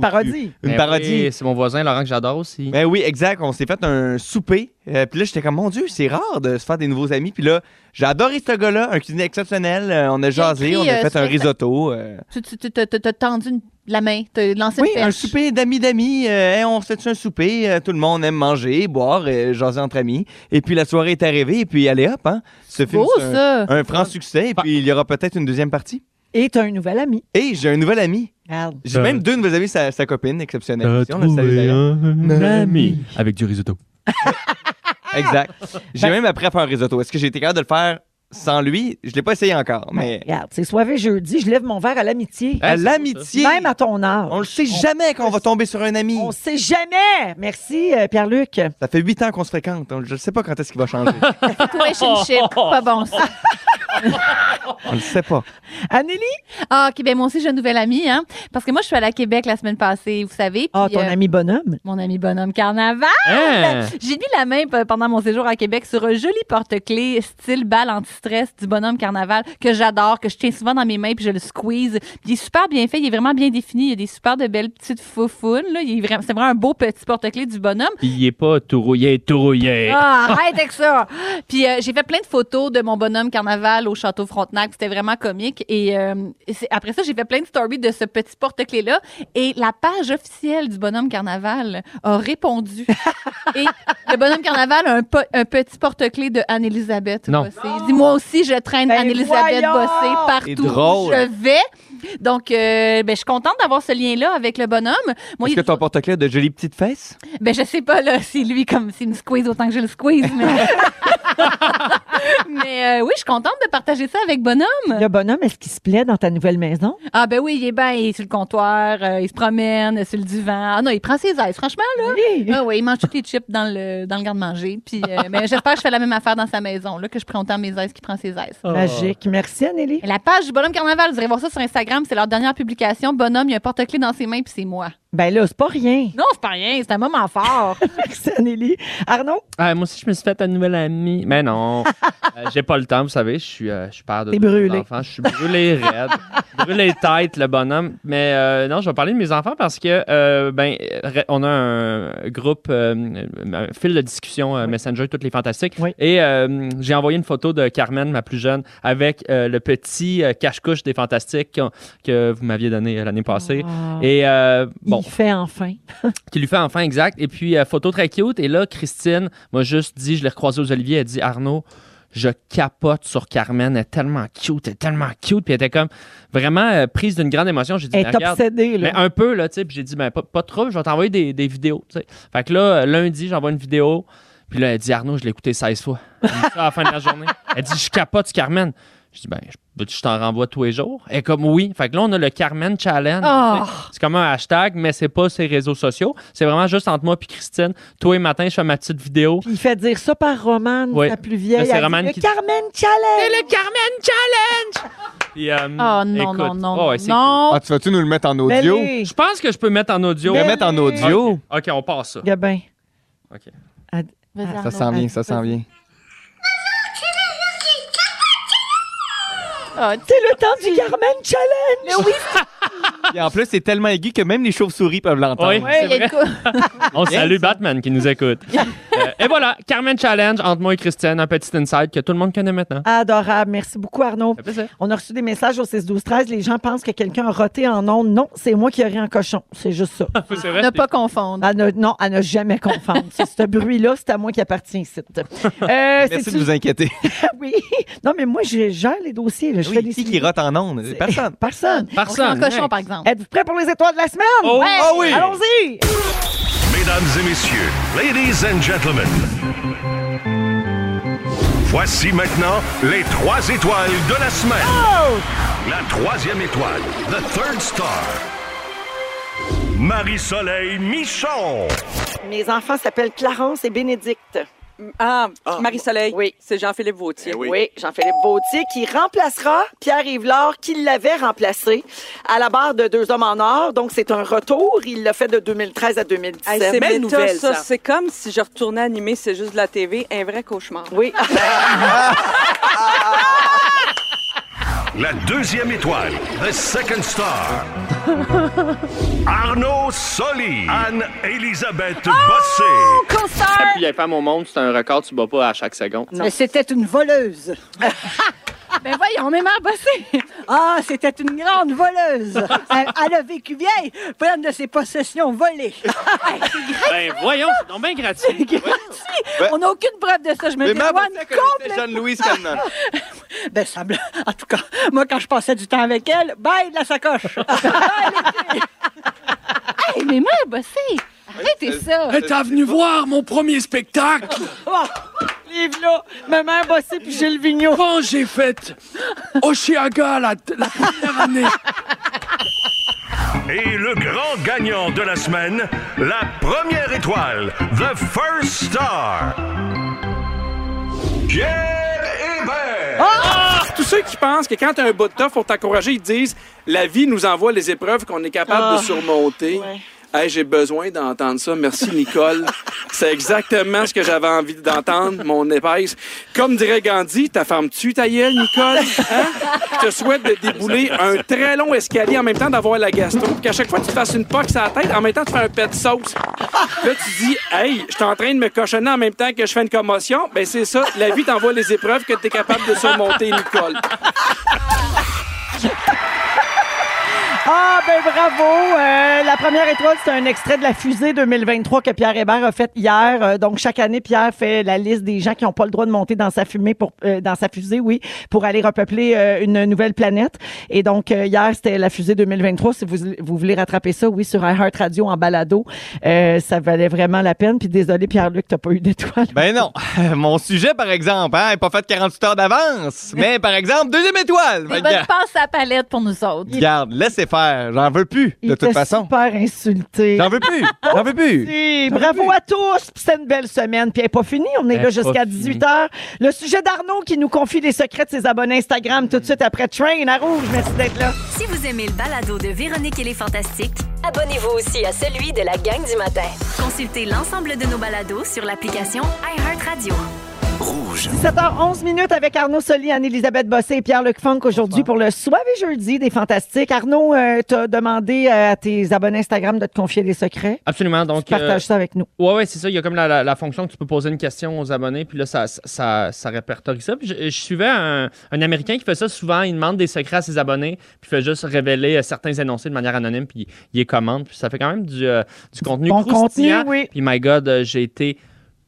F: Ben
D: parodie.
F: oui, c'est mon voisin, Laurent, que j'adore aussi.
D: Ben oui, exact. On s'est fait un souper. Euh, puis là, j'étais comme, mon Dieu, c'est rare de se faire des nouveaux amis. Puis là, j'ai adoré ce gars-là, un cuisinier exceptionnel. Euh, on a jasé,
G: écrit,
D: on
G: euh,
D: a fait un
G: sur-
D: risotto. euh.
G: Tu tu- tu- t'as t'as tendu une- la main, t'as lancé
D: Oui,
G: une
D: un
G: perche.
D: souper d'amis d'amis. Euh, hey, on se fait un souper. Euh, tout le monde aime manger, boire, euh, jaser entre amis. Et puis la soirée est arrivée. Et puis allez hop, hein. Ce film,
C: beau,
D: c'est
C: ça.
D: un, un franc succès. Et puis il y aura peut-être une deuxième partie.
C: Et t'as un nouvel ami.
D: Et j'ai un nouvel ami.
C: Regarde.
F: Ben.
D: J'ai même deux nouvelles amies, sa, sa copine
F: Euh,
D: exceptionnelle.
M: T'as
D: Si on la salue
M: trouvé
D: d'ailleurs.
M: un ami avec du risotto.
D: Exact. Ah! J'ai même appris à faire un risotto. Est-ce que j'ai été capable de le faire sans lui? Je l'ai pas essayé encore, mais...
C: Regarde, c'est soivé jeudi. Je lève mon verre à l'amitié.
D: À l'amitié.
C: Même à ton âge.
D: On le sait jamais qu'on va tomber sur un ami.
C: On sait jamais. Merci, euh, Pierre-Luc.
D: Ça fait huit ans qu'on se fréquente. On- Je ne sais pas quand est-ce qu'il va changer.
G: Relationship, pas bon ça.
D: On ne sait pas.
C: Anélie?
G: Ah, OK, ben moi aussi, j'ai un nouvel ami, hein. Parce que moi, je suis allée à Québec la semaine passée, vous savez.
C: Ah,
G: puis,
C: ton
G: euh,
C: ami bonhomme.
G: Mon ami bonhomme carnaval.
F: Ah,
C: Hein?
G: J'ai mis la main p- pendant mon séjour à Québec sur un joli porte-clés style balle anti-stress du bonhomme carnaval que j'adore, que je tiens souvent dans mes mains puis je le squeeze. Puis Il est super bien fait, il est vraiment bien défini, il y a des super de belles petites foufounes. là. Il est vraiment- C'est vraiment un beau petit porte-clés du bonhomme.
F: Puis il est pas tout rouillé, tout rouillé.
D: [LAUGHS]
G: Ah, arrête avec ça! Puis euh, j'ai fait plein de photos de mon bonhomme carnaval Montréal au Château Frontenac. C'était vraiment comique. Et euh, c'est- après ça, j'ai fait plein de stories de ce petit porte-clés-là. Et la page officielle du Bonhomme Carnaval a
D: [LAUGHS]
G: répondu. et le Bonhomme Carnaval a un, po- un petit porte-clés de Anne-Elisabeth
F: Non.
G: Bossé. Il dit, Moi aussi, je traîne Anne-Elisabeth
F: voyons!
G: Bossé
F: C'est
G: partout où
D: drôle.
G: je vais. Donc, euh, ben, je suis contente d'avoir ce lien-là avec le bonhomme. Moi,
D: Est-ce
G: il-
D: que ton porte-clés a de jolies petites fesses?
G: ben, je sais pas, là, si lui, comme s'il me squeeze autant que je le squeeze, mais. [LAUGHS] mais euh, oui, je suis contente de partager ça avec Bonhomme.
C: [LAUGHS] Le bonhomme, est-ce qu'il se plaît dans ta nouvelle maison?
G: Ah, ben oui, il est bien, il est sur le comptoir, euh, il se promène sur le divan. Ah non, il prend ses aises, franchement, là. Ah oui, il mange toutes les chips dans le, dans le garde-manger. Puis, euh, ben, j'espère que je fais la même affaire dans sa maison, là, que je prends autant mes aises qu'il prend ses aises.
C: Ah.
F: Ah,
C: Magique. Merci, Anneli.
G: La page du Bonhomme Carnaval, vous irez voir ça sur Instagram, c'est leur dernière publication. Bonhomme, il y a un porte-clés dans ses mains, puis c'est moi.
C: Ben là, c'est pas rien. [LAUGHS]
G: Non, c'est pas rien, c'est un moment [LAUGHS] fort.
C: Merci, Anneli. Arnaud?
F: Ah, moi aussi, je me suis fait un nouvel ami. Mais
C: [LAUGHS]
F: non, Euh, j'ai pas le temps, vous savez. Je suis, euh, je suis père de
C: T'es
F: deux
C: brûlé.
F: enfants. Je suis brûlé
C: [LAUGHS]
F: raide. brûlé tête, le bonhomme. Mais euh, non, je vais parler de mes enfants parce que, euh, ben, re- on a un groupe, euh, un fil de discussion euh, Messenger, toutes les fantastiques. Et euh, j'ai envoyé une photo de Carmen, ma plus jeune, avec euh, le petit euh, cache-couche des fantastiques qu'on- que vous m'aviez donné euh, l'année passée.
C: Ah.
F: Et euh, bon
C: Il fait enfin.
F: qui lui fait enfin exact. Et puis, euh, photo très cute. Et là, Christine m'a juste dit, je l'ai recroisée aux Olivier, elle dit Arnaud, je capote sur Carmen, elle est tellement cute, elle est tellement cute. Puis elle était comme vraiment euh, prise d'une grande émotion. J'ai dit,
C: Elle
F: Mais
C: est
F: regarde,
C: obsédée, là.
F: Mais un peu, là, tu sais. Puis j'ai dit, ben, pas, pas trop, je vais t'envoyer des, des vidéos, tu sais. Fait que là, euh, lundi, j'envoie une vidéo. Puis là, elle dit, Arnaud, je l'ai écouté 16 fois. Elle me dit ça à la fin de la journée. Elle dit, je capote sur Carmen. Je dis, ben, je, veux-tu que je t'en renvoie tous les jours. Et comme oui. Fait que là, on a le Carmen Challenge.
G: Oh.
F: tu sais.
E: Ah!
F: C'est comme un hashtag, mais c'est pas ses réseaux sociaux. C'est vraiment juste entre moi puis Christine. Tous les matins, je fais ma petite vidéo.
C: Il fait dire ça par Romane,
F: Oui.
C: la plus vieille.
F: Là, c'est
C: Elle dit,
F: Romane
C: le
F: qui dit-
C: Carmen Challenge!
E: C'est
F: le Carmen Puis, euh,
E: Oh, non,
F: écoute.
E: non, non,
F: Ah ouais, c'est
E: non.
F: cool.
D: Ah, tu vas-tu nous le mettre en
C: Ben
F: Mais
D: audio?
F: les- Je pense que je peux mettre en audio.
D: Mais mettre en
F: les-
D: audio?
F: OK, OK, on passe ça.
C: Gabin.
F: OK.
D: Ça sent bien, ça sent bien.
C: C'est le temps du Carmen Challenge! Mais oui,
D: Et en plus, c'est tellement aigu que même les chauves-souris peuvent l'entendre.
F: Oui, c'est vrai. On salue Batman qui nous écoute. Euh, et voilà, Carmen Challenge entre moi et Christiane, un petit inside que tout le monde connaît maintenant.
C: Adorable. Merci beaucoup, Arnaud. On a reçu des messages au 6 12 13 Les gens pensent que quelqu'un a roté en ondes. Non, c'est moi qui ai ri en cochon. C'est juste ça.
F: C'est vrai, Ne c'est- pas
G: confondre.
C: non, à ne jamais confondre. C'est ce bruit-là, c'est à moi qui appartient ici. Euh,
D: Merci
C: c'est-tu-
D: de vous inquiéter. [LAUGHS]
C: [LAUGHS] oui. Non, mais moi, je gère les dossiers. là. Je fais des
D: Qui qui rote en ondes? Personne.
C: [LAUGHS] Personne.
G: Ah,
D: Personne, On prend un cochon, next. par exemple.
C: Êtes-vous prêts pour les étoiles de la semaine?
D: Oh, Ouais. ah oui.
C: Allons-y!
P: Mesdames et messieurs, ladies and gentlemen, voici maintenant les trois étoiles de la semaine. La troisième étoile, the third star, Marie-Soleil Michon.
C: Mes enfants s'appellent Clarence et Bénédicte. Eh
Q: Ah, Marie-Soleil. Oui. C'est Jean-Philippe Vautier.
C: oui, Jean-Philippe Vautier qui remplacera Pierre-Yves Laure qui l'avait remplacé à la barre de Deux hommes en or. Donc, c'est un retour. Il l'a fait de 2013 à 2017.
Q: Hey, c'est
C: Belle
Q: méta,
C: nouvelle,
Q: ça.
C: ça.
Q: C'est comme si je retournais animer C'est juste de la TV, un vrai cauchemar.
C: Oui.
P: La deuxième étoile, the second star, Arnaud Soli. Anne-Elisabeth Bossé.
F: Puis la femme au monde, c'est un record, tu bats pas à chaque seconde.
I: Mais c'était une voleuse.
G: [LAUGHS] ben voyons, même à bosser.
I: Ah, c'était une grande voleuse. elle, elle a vécu vieille, pleine de ses possessions volées.
D: Ah,
I: [LAUGHS]
F: Ben voyons, c'est donc bien [LAUGHS] gratuit.
D: Ben-
I: On n'a aucune preuve de ça. Je me
D: Mais ma
I: déloigne
D: boutique, elle était
I: complètement.
D: Jeanne-Louise Cameron.
I: ben, ça me... [LAUGHS] En tout cas, moi, quand je passais du temps avec elle, bye de
G: [LAUGHS]
I: la sacoche.
G: Hey, mais mère bossée, arrêtez ça.
M: Hey, t'as venu voir mon premier spectacle?
C: Livre-là, ma mère bossée puis Gilles Vigneault.
M: Quand j'ai fait Oshiaga la, la première année,
P: Et le grand gagnant de la semaine, la première étoile, the first star, Pierre Hébert.
R: Ah! Tous ceux qui pensent que quand t'as un bout de temps, faut t'encourager, ils te disent la vie nous envoie les épreuves qu'on est capable
P: Ah,
R: de surmonter. Hey, j'ai besoin d'entendre ça. Merci, Nicole. C'est exactement ce que j'avais envie d'entendre, mon épaisse. Comme dirait Gandhi, ta femme tue ta gueule, Nicole. Hein? Je te souhaite de débouler un très long escalier en même temps d'avoir la gastro. Puis qu'à chaque fois que tu te fasses une pox à la tête, en même temps, tu fais un pet de sauce. Là, tu dis, hey, je suis en train de me cochonner en même temps que je fais une commotion. Ben, c'est ça. La vie t'envoie les épreuves que tu es capable de surmonter, Nicole.
C: Ah, ben bravo! Euh, la première étoile, c'est un extrait de la fusée 2023 que Pierre Hébert a faite hier. Euh, donc, chaque année, Pierre fait la liste des gens qui n'ont pas le droit de monter dans sa fumée pour euh, dans sa fusée, oui, pour aller repeupler euh, une nouvelle planète. Et donc, euh, hier, c'était la fusée 2023. Si vous, vous voulez rattraper ça, oui, sur iHeart Radio en balado, euh, ça valait vraiment la peine. Puis désolé, Pierre-Luc, t'as pas eu d'étoile.
D: Ben non. [LAUGHS] Mon sujet, par exemple, hein, est pas fait 48 heures d'avance. Mais par exemple, deuxième étoile.
G: Des
D: Fait que,
G: bonnes passes à la palette pour nous autres.
D: Regarde, laissez faire. J'en veux plus, de toute
C: était
D: façon.
C: super insulté.
D: J'en veux plus. J'en
C: [LAUGHS]
D: veux plus.
C: Merci. Bravo à tous. Puis C'était une belle semaine. Puis elle n'est pas finie. On est
D: Elle
C: là
D: est pas
C: jusqu'à
D: finie.
C: 18h. Le sujet d'Arnaud qui nous confie les secrets de ses abonnés Instagram tout de suite après Train à Rouge. Merci d'être là.
L: Si vous aimez le balado de Véronique et les Fantastiques,
J: Abonnez-vous aussi à celui de la gang du matin.
L: consultez l'ensemble de nos balados sur l'application iHeartRadio.
C: 7h11 minutes avec Arnaud Soli, Anne-Elisabeth Bossé et Pierre-Luc Funk aujourd'hui pour le soir et jeudi des Fantastiques. Arnaud, euh, t'as demandé euh, à tes abonnés Instagram de te confier les secrets.
F: Absolument. Donc, euh,
C: Tu partages ça avec nous.
F: Ouais, ouais, c'est ça. Il y a comme la, la- la fonction que tu peux poser une question aux abonnés, puis là, ça, ça, ça, ça répertorie ça. Puis je, je suivais un, un Américain qui fait ça souvent. Il demande des secrets à ses abonnés, puis il fait juste révéler euh, certains énoncés de manière anonyme, puis il les commande. Puis ça fait quand même du, euh, du contenu
C: Bon
F: croustillant.
C: contenu, oui.
F: Puis my God, euh, j'ai été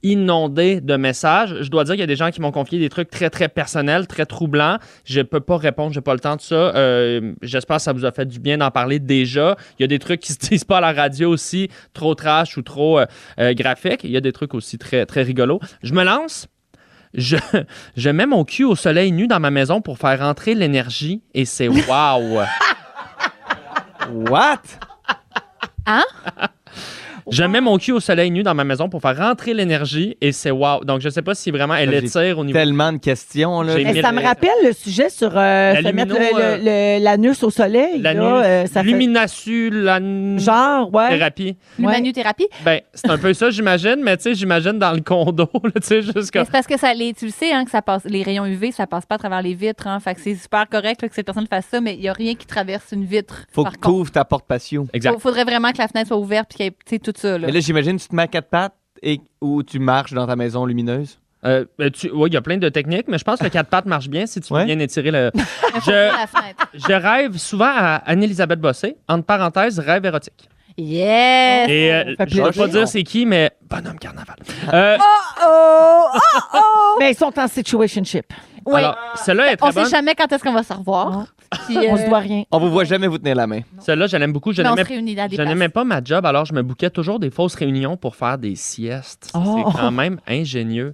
F: inondé de messages. Je dois dire qu'il y a des gens qui m'ont confié des trucs très, très personnels, très troublants. Je peux pas répondre, j'ai pas le temps de ça. Euh, J'espère que ça vous a fait du bien d'en parler déjà. Il y a des trucs qui se [LAUGHS] disent pas à la radio aussi, trop trash ou trop euh, euh, graphique. Il y a des trucs aussi très, très rigolos. Je me lance. Je, [LAUGHS] je mets mon cul au soleil nu dans ma maison pour faire entrer l'énergie et c'est wow! What?
G: Hein?
F: Je mets mon cul au soleil nu dans ma maison pour faire rentrer l'énergie et c'est wow. Donc, je sais pas si vraiment elle
D: J'ai
F: étire au niveau.
D: Tellement de questions, là.
C: Mais ça me rappelle le sujet sur euh,
F: La
C: se mettre
F: lumino,
C: le- le- le- l'anus au soleil. là, euh, ça fait- Genre, ouais.
F: Thérapie.
G: L'humanuthérapie.
F: Ben, c'est un peu ça, j'imagine, mais tu sais, j'imagine dans le condo, [LAUGHS] là, tu sais, juste
G: Mais
F: comme.
G: C'est parce que ça, les, tu le sais, hein, que ça passe, les rayons UV, ça passe pas à travers les vitres. Hein, fait que c'est super correct là, que cette personne fasse ça, mais il n'y a rien qui traverse une vitre.
D: Faut
G: par
D: que tu ouvres ta porte patio.
G: Il faudrait vraiment que la fenêtre soit ouverte puis qu'il y ait tu sais, tout ça. Là.
D: Mais là, j'imagine, tu te mets à quatre pattes et ou tu marches dans ta maison lumineuse.
F: oui, Euh, il y a plein de techniques, mais je pense que le quatre pattes marche bien si tu veux bien étirer
G: [LAUGHS]
F: le.
G: Ouvrir
F: je,
G: la fenêtre.
F: je rêve souvent à Anne-Elisabeth Bossé, entre parenthèses, rêve érotique.
G: Yes!
F: Et euh,
G: Ça
F: je
G: fait
F: ne
G: plaisir.
F: pas dire c'est qui, mais bonhomme carnaval. Euh,
C: Oh, oh, oh! Mais ils sont en situationship.
G: Oui.
F: Alors, celle-là est
G: Oh, on
F: très
G: sait
F: bonne.
G: jamais quand est-ce qu'on va se revoir. Puis,
C: On
G: euh,
C: se doit rien.
D: On vous voit jamais vous tenir la main.
F: Celle-là, je l'aime beaucoup. Je
G: Mais on
F: n'aimais-
G: se réunit dans des
F: je n'aimais pas ma job, alors je me bouquais toujours des fausses réunions pour faire des siestes. Ça,
C: Oh.
F: C'est quand même ingénieux.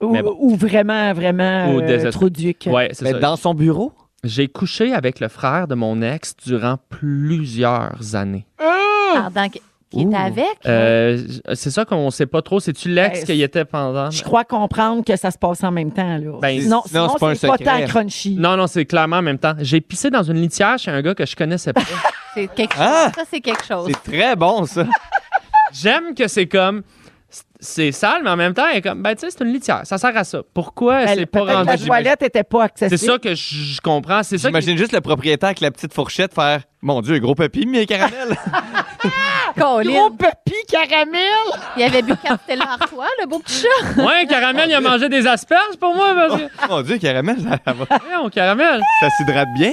C: Ou,
F: Mais bon.
C: ou vraiment, vraiment
F: Ou
C: euh,
F: désespéré.
C: trop duc.
F: Ouais, c'est ça.
D: son bureau?
F: J'ai couché avec le frère de mon ex durant plusieurs années.
G: Pendant que- qu'il était avec.
F: Euh, j- c'est ça qu'on sait pas trop. C'est-tu l'ex
C: Ben,
F: qui y était pendant?
C: Je crois comprendre que ça se passe en même temps. Là.
F: Ben,
C: non, sinon, c'est pas, tant crunchy.
F: Non, non, c'est clairement en même temps. J'ai pissé dans une litière chez un gars que je connaissais
C: [LAUGHS]
F: pas.
G: C'est quelque chose.
F: Ah!
G: Ça, c'est quelque chose.
D: très bon, ça.
F: J'aime que c'est comme. C'est sale, mais en même temps, elle est comme. Ben, tu sais, c'est une litière. Ça sert à ça. Pourquoi
C: Elle-
F: c'est pas
C: Ben, peut-être que
F: rendu.
C: la toilette n'était pas accessible.
F: C'est ça que je je comprends. C'est ça que-
D: J'imagine juste le propriétaire avec la petite fourchette faire Mon Dieu, gros papy, mes caramels.
G: Gros
C: papy caramel!
G: Il avait bu [LAUGHS] Castella Artois, le beau petit chat.
F: Ouais, caramel, il a mangé des asperges pour moi. Parce que...
D: Mon Dieu, caramel, ça va.
F: Voyons, caramel.
D: Ça s'hydrate
G: [LAUGHS]
D: bien.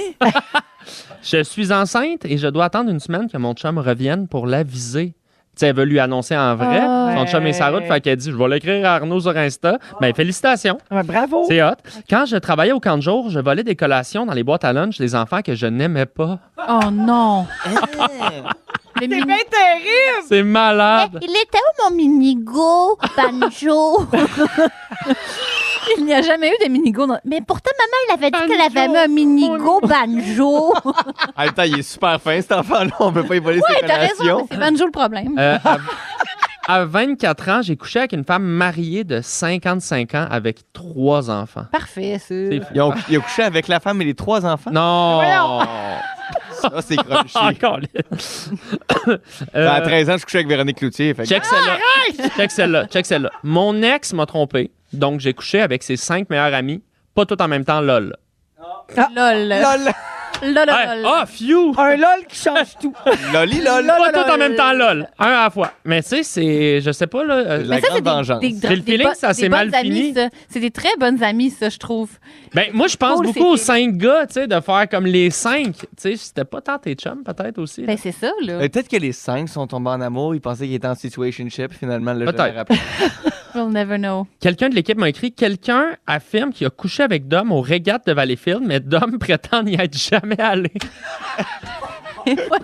F: Je suis enceinte et je dois attendre une semaine que mon chum revienne pour l'aviser. Tu sais, elle veut lui annoncer en vrai.
C: Ah,
F: Son chum est sa route,
C: ouais.
F: fait qu'elle dit Je vais l'écrire à Arnaud sur Insta. Ben, félicitations.
C: bravo.
F: C'est hot. Quand je travaillais au camp de jour, je volais des collations dans les boîtes à lunch des enfants que je n'aimais pas.
G: Oh [LAUGHS] non! C'est bien
C: terrible!
F: C'est malade.
G: Il était où mon minigo, banjo? [LAUGHS] Il n'y a jamais eu de minigo. dans- Mais pourtant, maman, elle avait dit qu'elle avait aimé un minigo banjo.
D: En même temps, il est super fin, cet enfant-là. On peut pas y voler
G: [LAUGHS]
D: ses
G: ouais, t'as raison, mais
D: collations.
G: c'est banjo le problème.
F: Euh, à, à 24 ans, j'ai couché avec une femme mariée de 55 ans avec trois enfants.
G: Parfait, ça.
F: C'est
D: Ils ont, ils ont couché avec la femme et les trois enfants.
F: Non!
D: Ça, c'est crunchy.
F: Encore.
D: [LAUGHS] À 13 ans, je couchais avec Véronique Cloutier. fait que-
F: Euh, Check celle-là. Check celle-là. Check celle-là. Mon ex m'a trompé, donc j'ai couché avec ses cinq meilleurs amis, pas tout en même temps, lol.
G: Ah, Lol. ah,
D: Lol.
G: Lol, lol.
F: off you!
C: Un lol qui change
F: [LAUGHS]
C: tout.
D: Loli,
F: ah, Pas
D: Ah, lol.
F: tout en même temps, lol. Un à la fois. Mais tu sais, c'est. Je sais pas, là. euh,
D: la Mais ça, grande c'est des- vengeance.
G: Des,
F: J'ai le
G: des
F: feeling
G: bo-
F: que ça
G: des
F: s'est mal
G: bonnes amies,
F: fini.
G: ça. C'est des très bonnes amies, ça, je trouve.
F: Ben, moi, je pense
G: Cool,
F: beaucoup aux
G: c'est-
F: cinq gars, tu sais, de faire comme les cinq. Tu sais, c'était pas tant tes chums, peut-être aussi.
G: Ben, c'est ça, là.
D: Euh, Peut-être que les cinq sont tombés en amour, ils pensaient qu'ils étaient en situationship, finalement, le
F: Peut-être.
G: We'll never know. [LAUGHS]
F: Quelqu'un de l'équipe m'a écrit Quelqu'un affirme qu'il a couché avec Dom au régate de Valleyfield, mais Dom [LAUGHS] prétend n'y être jamais allé.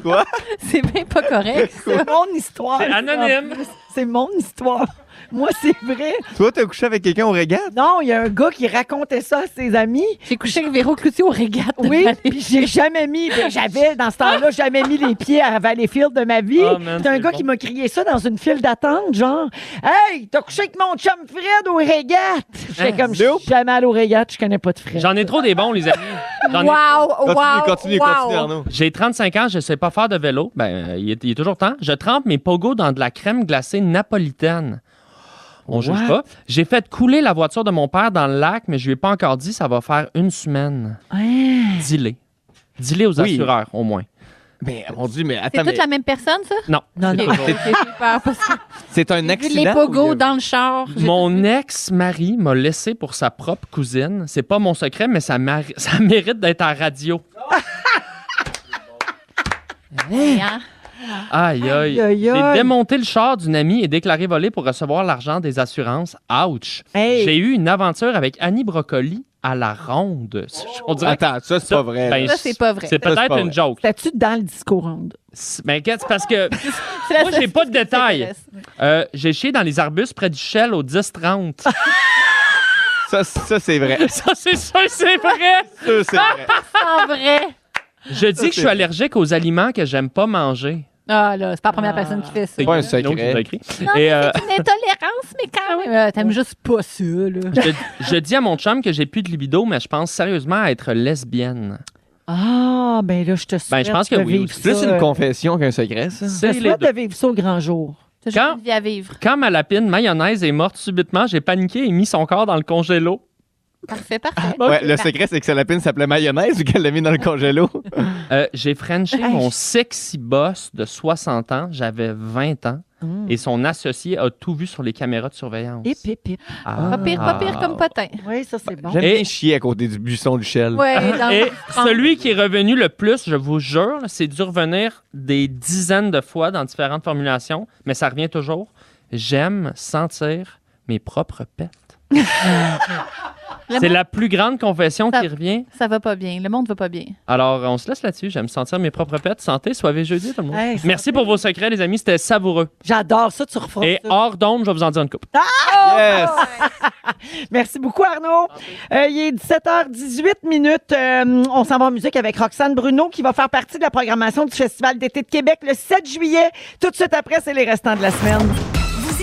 D: Quoi
G: C'est bien pas correct.
C: C'est mon histoire.
F: C'est anonyme.
C: En plus, C'est mon histoire. Moi, c'est vrai.
D: Toi, t'as couché avec quelqu'un au régate?
C: Non, il y a un gars qui racontait ça à ses amis.
G: J'ai couché avec Véro Cloutier au régate.
C: Oui, puis j'ai jamais mis, ben, j'avais dans
F: [LAUGHS]
C: ce temps-là jamais mis les pieds à Valleyfield de ma vie.
F: Oh, man,
C: c'est un
F: c'est
C: gars
F: bon.
C: qui m'a crié ça dans une file d'attente, genre Hey, t'as couché avec mon chum Fred au régate! J'étais
F: Hein?
C: comme je suis jamais allé au régate, je connais pas de Fred.
F: J'en ai trop des bons, les amis. J'en ai-
G: Wow, wow, wow.
F: J'ai 35 ans, je sais pas faire de vélo. Ben, euh, il est, il est toujours temps. Je trempe mes pogos dans de la crème glacée napolitaine. On juge pas. J'ai fait couler la voiture de mon père dans le lac, mais je lui ai pas encore dit, ça va faire une semaine. Dis-les. Dis-les aux
D: Oui.
F: assureurs, au moins.
D: Mais, mon Dieu, mais
G: C'est
D: attends,
G: toute la même personne, ça?
F: Non.
C: Non,
F: c'est
G: Ok,
F: toujours-
G: J'ai peur parce que
D: C'est un
G: j'ai vu les
D: accident. ou il y
G: pogos
D: a-
G: dans le char. J'ai-
F: Mon ex-mari m'a laissé pour sa propre cousine. C'est pas mon secret, mais ça, mari- [LAUGHS] ça mérite d'être à radio.
G: Hein?
F: Aïe, aïe.
C: Aïe, aïe,
F: J'ai
C: aïe.
F: démonté le char d'une amie et déclaré volé pour recevoir l'argent des assurances. Ouch.
C: Hey.
F: J'ai eu une aventure avec Annie Brocoli à la ronde. On dirait
D: Attends, ça, c'est pas vrai.
F: ben,
G: Ça, c'est pas vrai.
F: C'est
D: Ça, c'est
F: peut-être
D: pas
F: une
D: vrai.
F: joke.
C: T'as-tu dans le discours ronde?
F: C'est- Ben, qu'est-ce- parce que
G: C'est la
F: moi,
G: seule
F: j'ai pas de
G: chose qui
F: détails.
G: m'intéresse.
F: Euh, j'ai chié dans les arbustes près du Shell au 10-30.
D: Ça, ça, c'est [LAUGHS] vrai.
F: Ça, c'est sûr, c'est vrai!
D: Ça, c'est
G: Ah, En
D: vrai.
G: vrai.
F: Je dis que je suis allergique aux aliments que j'aime pas manger.
G: Ah, là, c'est pas la première personne qui fait ça.
D: pas un
F: Bruno qui nous l'a
D: secret.
F: écrit.
G: Non, mais
F: Et, euh,
G: c'est une intolérance, mais quand même. euh, T'aimes juste pas ça, là.
F: je, je dis à mon chum que j'ai plus de libido, mais je pense sérieusement à être lesbienne.
C: Ah, ben là, je te souhaite
F: Ben, je pense que
C: de
F: oui
C: vivre
F: aussi.
C: ça.
D: Plus une
C: euh,
D: confession qu'un secret, ça.
C: Je
F: C'est
C: te
F: les
C: souhaite
F: deux.
C: de vivre ça au grand jour.
G: T'as juste
F: Quand-
G: une vie à vivre.
F: Quand ma lapine mayonnaise est morte subitement, j'ai paniqué et mis son corps dans le congélo.
G: Parfait, parfait.
D: Ah, Ouais, le secret, c'est que sa lapine s'appelait mayonnaise ou qu'elle l'a mis dans le congélo.
F: Euh, j'ai frenché
C: Hey.
F: mon sexy boss de 60 ans. J'avais 20 ans.
C: Mm.
F: Et son associé a tout vu sur les caméras de surveillance.
C: Hip, hip, hip.
F: Ah.
G: Pas pire, pas pire comme potin.
C: Oui, ça, c'est bon.
D: J'aime
F: Et-
D: bien chier à côté du buisson du Shell.
G: Ouais, dans
F: Et celui qui est revenu le plus, je vous jure, c'est dû revenir des dizaines de fois dans différentes formulations, mais ça revient toujours. J'aime sentir mes propres
G: [LAUGHS]
F: pets. c'est la plus grande confession
G: Ça-
F: qui revient.
G: Ça va pas bien. Le monde va pas bien.
F: Alors, on se laisse là-dessus. J'aime sentir mes propres pets. Santé, soyez jeudi, tout le monde.
C: Hey, santé.
F: Merci pour vos secrets, les amis. C'était savoureux.
C: J'adore ça, tu referas
F: Et
C: ça.
F: hors d'onde, je vais vous en dire une coupe.
D: Yes!
C: Merci beaucoup, Arnaud. Euh, il est 17h18 minutes. Euh, on s'en va en musique avec Roxane Bruno, qui va faire partie de la programmation du Festival d'été de Québec le 7 juillet. Tout de suite après, c'est les restants de la semaine.
L: Vous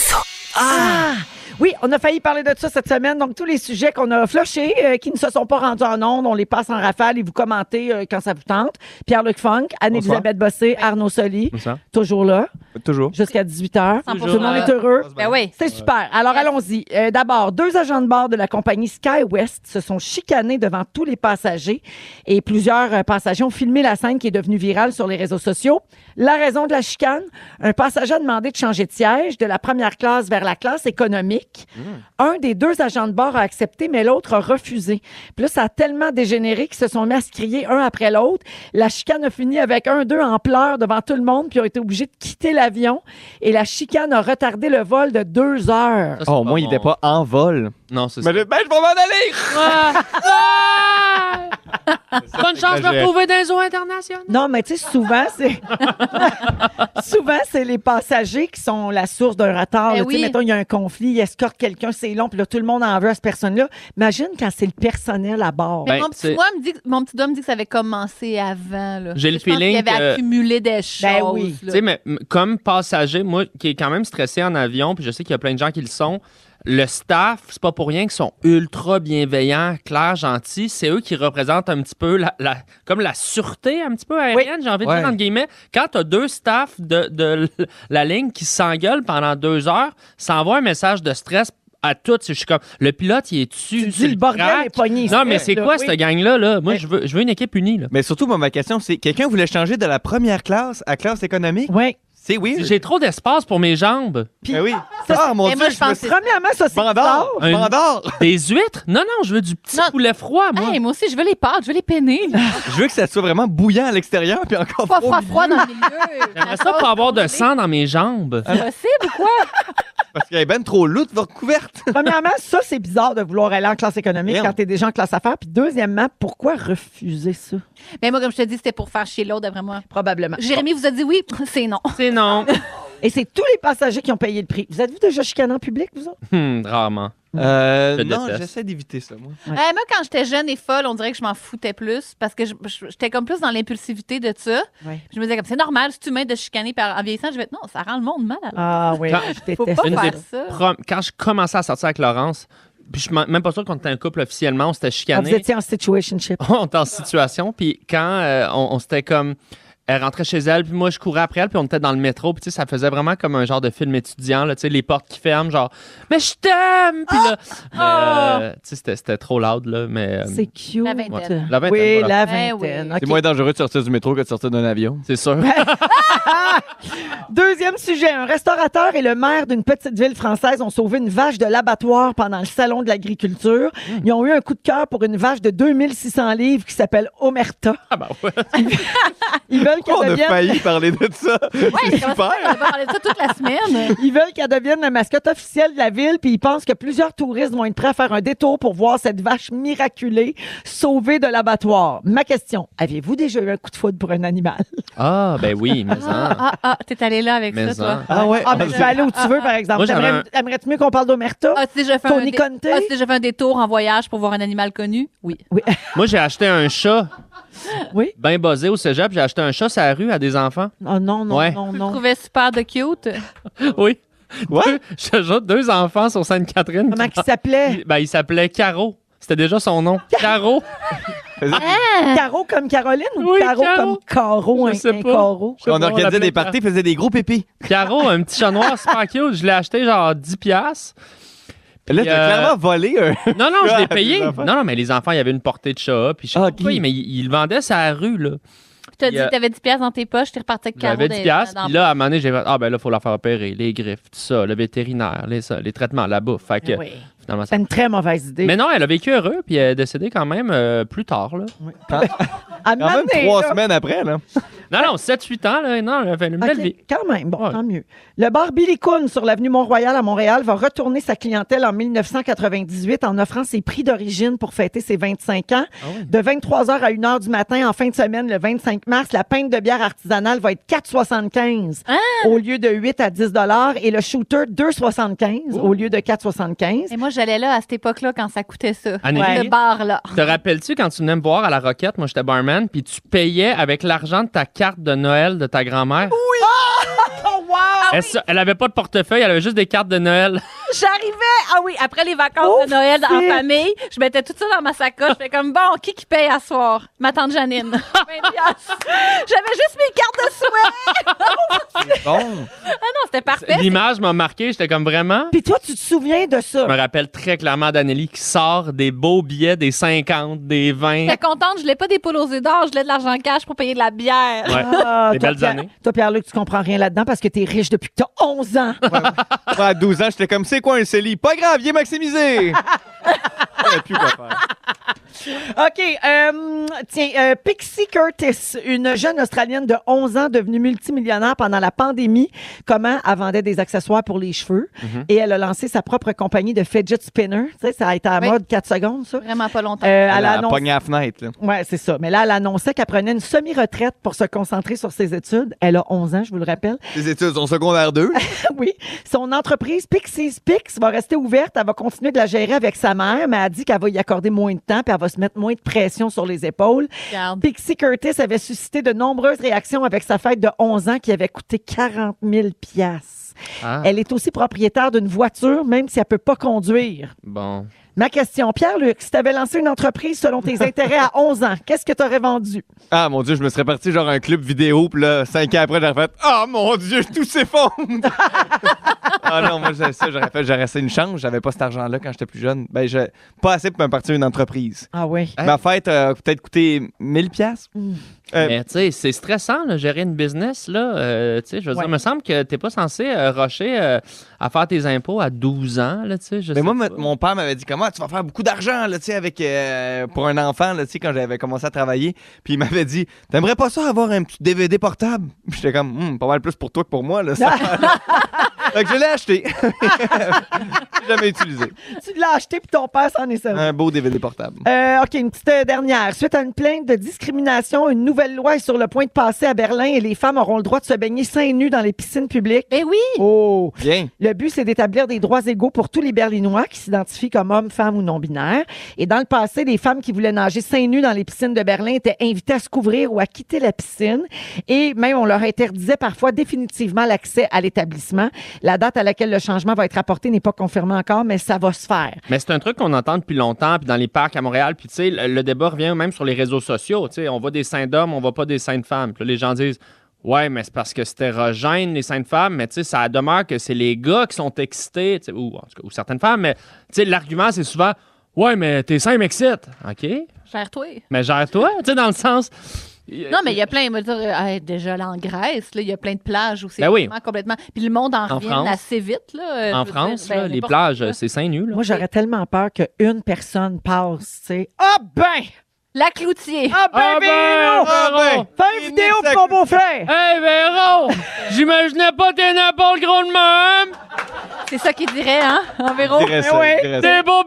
A: ça.
C: Ah! Oui, on a failli parler de ça cette semaine. Donc, tous les sujets qu'on a flushés, euh, qui ne se sont pas rendus en ondes, on les passe en rafale et vous commentez euh, quand ça vous tente. Pierre-Luc Funk, Anne-Elisabeth Bossé, Arnaud Soli,
F: Bonsoir.
C: toujours là,
D: Toujours.
C: jusqu'à 18h. Tout
G: 100%.
C: le monde est heureux.
G: Ben oui.
C: C'est super. Alors, allons-y. Euh, D'abord, deux agents de bord de la compagnie SkyWest se sont chicanés devant tous les passagers et plusieurs euh, passagers ont filmé la scène qui est devenue virale sur les réseaux sociaux. La raison de la chicane, un passager a demandé de changer de siège de la première classe vers la classe économique. Un des deux agents de bord a accepté, mais l'autre a refusé. Puis là, ça a tellement dégénéré qu'ils se sont mis à se crier un après l'autre. La chicane a fini avec un d'eux en pleurs devant tout le monde, puis ont été obligés de quitter l'avion. Et la chicane a retardé le vol de deux heures.
F: Ça, c'est
D: Oh, au moins, il
F: bon.
D: était pas en vol.
F: Non, c'est ça.
D: Mais le- ben, je vais m'en aller!
F: Bonne chance de me
C: Exagéré.
F: retrouver dans les eaux internationales.
C: Non, mais tu sais, souvent, c'est. [LAUGHS] souvent, c'est les passagers qui sont la source d'un retard.
G: Ben
C: là. Tu sais,
G: oui.
C: Mettons, il y a un conflit, il escorte quelqu'un, c'est long, puis là, tout le monde en veut à cette personne-là. Imagine quand c'est le personnel à
F: Ben,
C: bord.
G: Mais mon, petit doigt me dit, que- mon petit doigt me dit que ça avait commencé avant. là.
F: J'ai le
G: Je pense qu'il
F: feeling
G: avait
F: que-
G: accumulé des choses.
C: Ben oui.
F: Tu sais, mais m- comme passager, moi, qui est quand même stressé en avion, puis je sais qu'il y a plein de gens qui le sont, le staff, c'est pas pour rien qu'ils sont ultra bienveillants, clairs, gentils. C'est eux qui représentent un petit peu la, la- comme la sûreté un petit peu aérienne, j'ai envie de
S: Ouais.
F: dire, entre guillemets. Quand t'as deux staffs de, de [LAUGHS] l- la ligne qui s'engueulent pendant deux heures, ça envoie un message de stress à tous. Je suis comme, le pilote, il est dessus.
C: dis, le bordel est pogné ici,
F: Non, mais c'est
C: là,
F: quoi
C: oui.
F: cette gang-là? Là? Moi, je veux, je veux une équipe unie. Là.
D: Mais surtout, moi, ma question, c'est quelqu'un voulait changer de la première classe à classe économique?
C: Oui.
D: C'est oui.
F: J'ai trop d'espace pour mes jambes.
D: oui.
C: Ça,
D: ah, mon
G: Eh,
C: mais
D: Dieu,
C: moi, je
D: me
C: pense
D: suis-
C: que- Premièrement, ça, c'est
D: Bandard,
C: bizarre.
F: Un-
D: bandard.
F: Des huîtres? Non, non, je veux du petit poulet froid, moi.
G: Hey, moi aussi, je veux les pâtes, je veux les peiner.
D: Je veux que ça soit vraiment bouillant à l'extérieur, puis encore
G: Pas
D: au
G: froid, froid dans le milieu.
F: J'aimerais ça pas avoir de sang dans mes jambes.
C: Ah.
G: C'est possible ou quoi?
D: Parce qu'elle est ben trop loute, votre [LAUGHS] couverte.
C: Premièrement, ça, c'est bizarre de vouloir aller en classe économique
D: Merde.
C: quand t'es déjà en classe affaires. Puis deuxièmement, pourquoi refuser ça?
G: Mais moi, comme je te dis, c'était pour faire chez l'autre, d'après moi.
C: Probablement.
G: Jérémy vous a dit oui, [LAUGHS] c'est non.
F: C'est Eh non.
C: Et c'est tous les passagers qui ont payé le prix. Vous êtes-vous déjà chicané en public, vous autres?
F: Hum, rarement.
D: Euh,
F: Je
D: non,
F: déteste.
D: j'essaie d'éviter ça, moi.
G: Euh, moi, quand j'étais jeune et folle, on dirait que je m'en foutais plus parce que je- je- j'étais comme plus dans l'impulsivité de ça.
C: Ouais.
G: Je me disais comme c'est normal, c'est humain de chicaner par en vieillissant. Je vais être, non, ça rend le monde mal à l'aise.
C: Ah oui,
F: Quand-
C: je
G: Faut
C: déteste
G: pas
F: Une
G: faire
F: des
G: ça.
F: prom- Quand je commençais à sortir avec Laurence, puis je suis même pas sûr qu'on était un couple officiellement, on s'était
C: Ah, vous
F: chicané.
C: étiez en situationship.
F: [LAUGHS] on était en situation, puis quand euh, on, on s'était comme. Elle rentrait chez elle, puis moi, je courais après elle, puis on était dans le métro, puis tu sais, ça faisait vraiment comme un genre de film étudiant, là, tu sais, les portes qui ferment, genre, mais je t'aime! Puis là, mais, euh, tu sais, c'était- c'était trop loud, là, mais. euh,
C: Ah! C'est cute.
F: La vingtaine. La vingtaine,
C: oui,
F: voilà.
C: la
G: Eh
C: vingtaine.
G: oui.
D: C'est
C: OK.
D: moins dangereux de sortir du métro que de sortir d'un avion.
F: C'est sûr.
C: [LAUGHS] Deuxième sujet. Un restaurateur et le maire d'une petite ville française ont sauvé une vache de l'abattoir pendant le salon de l'agriculture.
F: Hmm.
C: Ils ont eu un coup de cœur pour une vache de 2600 livres qui s'appelle Omerta.
F: Ah bah ouais.
C: [LAUGHS] Ils veulent qu'elle
D: On a
C: devienne...
D: failli parler de ça. [LAUGHS]
G: Ouais, c'est super. On va parler de ça toute la
C: [LAUGHS]
G: semaine.
C: Ils veulent qu'elle devienne la mascotte officielle de la ville, puis ils pensent que plusieurs touristes vont être prêts à faire un détour pour voir cette vache miraculée sauvée de l'abattoir. Ma question, aviez-vous déjà eu un coup de foudre pour un animal?
F: Ah, ben oui, mais
C: [LAUGHS]
G: Ah,
F: ça.
G: ah, ah, t'es allé là avec
F: Mais
G: ça, toi.
F: en.
D: Ah ouais.
C: Ah, ben, je vais aller où tu veux, par exemple.
F: Moi, j'avais
C: T'aimerais- Aimerais-tu mieux qu'on parle d'Omerta?
G: As-tu déjà, fait un
C: Tony
G: dé- ah,
C: Conte?
G: As-tu déjà fait un détour en voyage pour voir un animal connu? Oui.
F: Moi, j'ai acheté un chat.
C: Oui.
F: Ben buzzé au cégep, j'ai acheté un chat sur la rue à des enfants.
C: Oh non, non,
F: Ouais.
C: non,
G: Je
C: non.
G: trouvais super de cute.
F: Oui. Deux, [LAUGHS] je te jure, deux enfants sur Sainte-Catherine.
C: Comment il s'appelait?
F: Ben, il s'appelait Caro. C'était déjà son
C: [LAUGHS]
F: nom. Caro.
C: Caro comme Caroline ou
F: Oui,
C: Caro,
F: Caro.
C: comme Caro, un,
F: Je sais
C: un
F: pas.
C: Caro?
F: Je sais pas,
D: On organisait
F: l'appelait
D: des parties, faisait des gros pépis.
F: Caro, un petit chat noir super cute. Je l'ai acheté genre 10 piastres.
D: Là,
F: Puis,
D: t'as
F: euh,
D: clairement volé un.
F: Non, non, je
D: Ah,
F: l'ai payé.
D: les
F: Non,
D: enfants.
F: non, mais les enfants, il y avait une portée de chat. Puis je sais
D: Ah,
F: pas
D: ok.
F: pourquoi, mais il, il le vendait sur la rue, là.
G: Je te dis,
F: Il y a-
G: t'avais 10 piastres dans tes poches, t'es reparti avec Caro.
F: J'avais 10
G: des-
F: piastres,
C: euh,
G: dans-
F: puis là, à un moment donné, j'ai fait, ah ben là, faut la faire opérer, les griffes, tout ça, le vétérinaire, les, ça, les traitements, la bouffe. Fait que,
C: Ben Oui.
F: finalement, ça...
C: C'est une très mauvaise idée.
F: Mais non, elle a vécu heureux, puis elle est décédée quand même euh, plus tard, là.
C: À
D: Quand même
C: m'amener,
D: trois
C: là.
D: semaines après, là.
F: Non, non, 7-8 ans, là, non, elle avait une belle
C: Ok,
F: vie.
C: Quand même, bon,
F: Ouais.
C: tant mieux. Le bar Billy Coon sur l'avenue Mont-Royal à Montréal va retourner sa clientèle en 1998 en offrant ses prix d'origine pour fêter ses 25 ans.
F: Ah
C: De 23h à 1h du matin en fin de semaine, le 25 mars, la pinte de bière artisanale va être 4,75 au lieu de 8 à 10 et le shooter 2,75 au lieu de 4,75
G: Et moi, j'allais là à cette époque-là quand ça coûtait ça.
F: Anne-Émilie?
G: Le bar, là.
F: Te rappelles-tu quand tu venais me voir à la Roquette, moi j'étais barman, puis tu payais avec l'argent de ta carte de Noël de ta grand-mère? Oui!
C: Oh, [LAUGHS] wow!
F: Elle, se- elle avait pas de portefeuille, elle avait juste des cartes de Noël.
C: [LAUGHS]
G: J'arrivais, ah oui, après les vacances de Noël en famille, je mettais tout ça dans ma sacoche. J'étais comme, bon, qui qui paye à soir? Ma tante [LAUGHS] Janine. 20 piastres. J'avais juste mes cartes de souhait.
D: Bon.
G: Ah [LAUGHS] non, c'était parfait.
F: L'image m'a marqué, j'étais comme vraiment.
C: Puis toi, tu te souviens de ça?
F: Je me rappelle très clairement d'Anneli qui sort des beaux billets, des 50, des 20.
C: [LAUGHS]
G: J'étais contente, je l'ai pas des poules aux œufs d'or, je l'ai de l'argent cash pour payer de la bière.
F: Ouais.
C: Ah,
F: Des
C: toi,
F: belles
C: Pierre-
F: années.
C: Toi, Pierre-Luc, tu comprends rien là-dedans parce que t'es riche depuis que t'as 11 ans.
D: Moi, à 12 ans, j'étais comme, c'est quoi un CELI? Pas grave, il est maximisé! J'avais plus quoi faire.
C: OK. euh, tiens, euh, Pixie Curtis, une jeune Australienne de 11 ans devenue multimillionnaire pendant la pandémie. Comment elle vendait des accessoires pour les cheveux.
S: Mhm.
C: Et elle a lancé sa propre compagnie de fidget spinner. Tu sais, ça a été à la
G: Oui.
C: mode 4 secondes,
G: [LAUGHS]
C: ça.
G: Vraiment pas longtemps.
C: Euh, elle
D: Elle
C: a
D: a
C: annoncé-
D: pogné à la fenêtre, là.
C: Ouais, c'est ça. Mais là, elle annonçait qu'elle prenait une semi-retraite pour se concentrer sur ses études. Elle a 11 ans, je vous le rappelle. [LAUGHS]
D: Les études sont secondaire 2.
C: oui. Son entreprise Pixies Pix va rester ouverte. Elle va continuer de la gérer avec sa mère, mais elle dit qu'elle va y accorder moins de temps puis elle va se mettre moins de pression sur les épaules. Pixie Curtis avait suscité de nombreuses réactions avec sa fête de 11 ans qui avait coûté 40 000 piastres.
F: Ah.
C: Elle est aussi propriétaire d'une voiture, même si elle peut pas conduire.
F: Bon.
C: Ma question, Pierre-Luc, si tu avais lancé une entreprise selon
K: [LAUGHS]
C: tes intérêts à 11 ans, qu'est-ce que tu aurais vendu?
D: Ah mon dieu, je me serais parti genre un club vidéo, puis là, cinq ans après, j'aurais fait Ah mon dieu, tout s'effondre! [LAUGHS] ah non, moi, ça, ça, j'aurais fait, j'aurais resté une chance, j'avais pas cet argent-là quand j'étais plus jeune. Ben, je, pas assez pour me partir une entreprise.
C: Ah oui.
F: Hein?
D: Ma fête a peut-être coûté 1000$. piastres. Euh,
F: Mais tu sais, c'est stressant, là, gérer une business. Là, Euh, tu sais, je veux
D: Ouais.
F: dire, me semble que t'es pas censé euh, rusher euh, à faire tes impôts à 12 ans. Là, tu sais, je
D: Mais
F: sais
D: moi,
F: pas.
D: m- mon père m'avait dit comment tu vas faire beaucoup d'argent là, tu sais, avec euh, pour un enfant là, tu sais, quand j'avais commencé à travailler. Puis il m'avait dit T'aimerais pas ça avoir un petit DVD portable [LAUGHS] Puis J'étais comme Hum, Pas mal plus pour toi que pour moi.
F: [LAUGHS]
D: Là, ça. fait que je l'ai acheté. [LAUGHS] J'ai jamais utilisé.
C: Tu l'as acheté puis ton père s'en est servi.
D: Un beau DVD portable.
C: Euh, OK, une petite euh, dernière. Suite à une plainte de discrimination, une nouvelle loi est sur le point de passer à Berlin et les femmes auront le droit de se baigner seins nus dans les piscines publiques.
K: Ben
G: Eh oui!
C: Oh!
D: Bien.
C: Le but, c'est d'établir des droits égaux pour tous les Berlinois qui s'identifient comme hommes, femmes ou non-binaires. Et dans le passé, les femmes qui voulaient nager seins nus dans les piscines de Berlin étaient invitées à se couvrir ou à quitter la piscine. Et même, on leur interdisait parfois définitivement l'accès à l'établissement. La date à laquelle le changement va être apporté n'est pas confirmée encore, mais ça va se faire.
F: Mais c'est un truc qu'on entend depuis longtemps, puis dans les parcs à Montréal, puis tu sais, le, le débat revient même sur les réseaux sociaux. Tu sais, on voit des seins d'hommes, on voit pas des seins de femmes. Puis là, les gens disent, ouais, mais c'est parce que c'est érogène, les seins de femmes, mais tu sais, ça demeure que c'est les gars qui sont excités, tu sais, ou en tout cas, ou certaines femmes, mais tu sais, l'argument, c'est souvent, ouais, mais tes seins m'excitent. OK,
G: Gère-toi.
F: mais gère-toi, tu sais, dans le sens.
G: Non, mais il y a plein, je veux dire, euh, déjà là en Grèce, là, il y a plein de plages où c'est
F: Ben oui.
G: vraiment complètement. Puis le monde en,
F: En
G: revient
F: France.
G: assez vite. Là, euh,
F: En
G: je veux
F: France,
G: dire, ben,
F: là, les
G: n'importe
F: plages,
G: quoi.
F: c'est seins nus. là.
C: Moi, j'aurais tellement peur qu'une personne passe, tu sais. Ah ben!
G: La cloutier.
C: Ah ben,
G: Ah ben,
C: Véro!
G: Véro!
C: Fais une vidéo pour mon beau-frère!
F: Hey, Véro! J'imaginais pas tes naples gros de même!
G: C'est ça qu'il dirait, hein, en Véro?
D: Il dirait ça,
G: Eh
D: il dirait ça. Des
F: beaux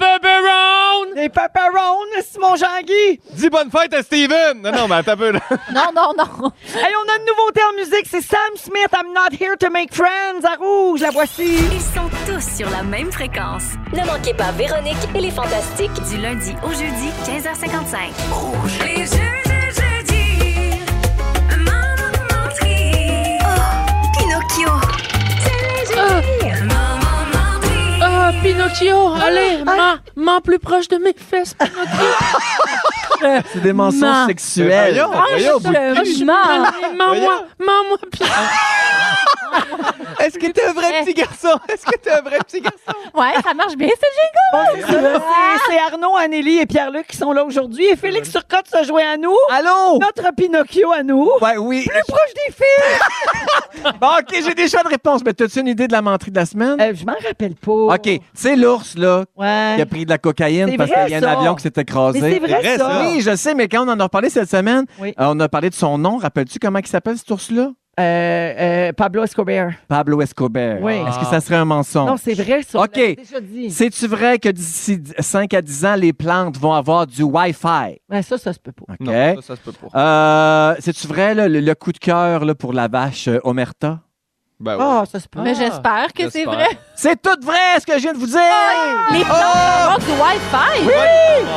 F: pepperons!
C: Des pepperons, Simon Jean-Guy!
D: Dis bonne fête à Steven! Non, non, mais attends un peu là.
G: Non, non, non!
C: Hey, on a une nouveauté en musique, c'est Sam Smith, I'm not here to make friends, à rouge, la voici!
L: Ils sont tous sur la même fréquence.
J: Ne manquez pas Véronique et les Fantastiques.
L: Du lundi au jeudi, 15h55.
E: Les jeux de jeudi, maman menterie. Oh, Pinocchio. C'est les jeudis. Maman menterie.
F: Ah, Pinocchio, allez, maman plus proche de mes fesses,
K: C'est des mensonges
F: Ma-
K: sexuels.
F: Voyons, Ah, voyons, je- bout de euh, cul. je suis malade.
K: Ah.
F: Mens-moi, mens-moi,
D: Est-ce que t'es un vrai petit garçon? Est-ce que t'es un vrai petit garçon?
G: Ouais, ça marche bien, c'est
C: génial! Ah, C'est- C'est Arnaud, Anneli et Pierre-Luc qui sont là aujourd'hui. Et Félix Turcotte se joint à nous.
K: Allô?
C: Notre Pinocchio à nous.
K: Ouais, oui.
C: Plus proche des filles!
K: Bon, OK, j'ai déjà de réponse, mais t'as-tu une idée de la menterie de la semaine?
C: Euh, je m'en rappelle pas.
K: OK, c'est l'ours, là,
C: Ouais.
K: qui a pris de la cocaïne
C: C'est
K: parce
C: vrai,
K: qu'il y a un
C: ça.
K: avion qui s'est écrasé.
C: Mais c'est vrai, C'est vrai, ça. ça.
K: Oui, je sais, mais quand on en a reparlé cette semaine,
C: Oui.
K: euh, on a parlé de son nom. Rappelles-tu comment il s'appelle, cet ours-là?
C: Euh, euh, Pablo Escobar.
K: Pablo Escobar.
C: Oui.
K: Est-ce que ça serait un mensonge?
C: Non, c'est vrai, ça. on
K: OK.
C: l'avait déjà dit.
K: C'est-tu vrai que d'ici 5 à 10 ans, les plantes vont avoir du Wi-Fi?
C: Ouais, ça, ça se peut pas.
K: OK.
D: Non, ça, ça se peut pas.
K: Euh, C'est-tu vrai, là, le, le coup de cœur là, pour la vache euh, Omerta?
D: Ben
G: Ah, ça se peut. Mais j'espère que c'est vrai.
K: oh, C'est tout vrai ce que je viens de vous dire!
G: Les plantes oh! du Wi-Fi!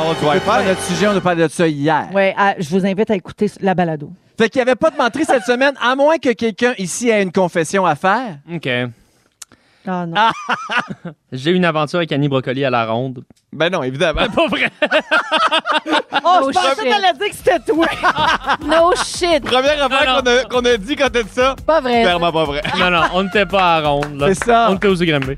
D: On
K: va notre sujet, on a parlé de ça hier.
C: Ouais, ah, je vous invite à écouter la balado.
K: Fait qu'il n'y avait pas de menterie cette semaine, à moins que quelqu'un ici ait une confession à faire.
F: OK.
C: Ah non.
F: J'ai eu une aventure avec Annie Brocoli à la ronde.
D: Ben non,
K: [LAUGHS]
D: évidemment.
F: pas vrai.
C: Oh,
F: No
C: je pensais
F: shit.
C: que t'allais dire que c'était
I: [LAUGHS]
C: toi.
G: no shit.
D: Première affaire qu'on a, qu'on a dit quand t'as dit ça.
G: Pas vrai. Ah,
D: Clairement pas vrai.
F: Non, non, on n'était pas à la ronde. là.
D: C'est ça.
F: On était aux Grimby.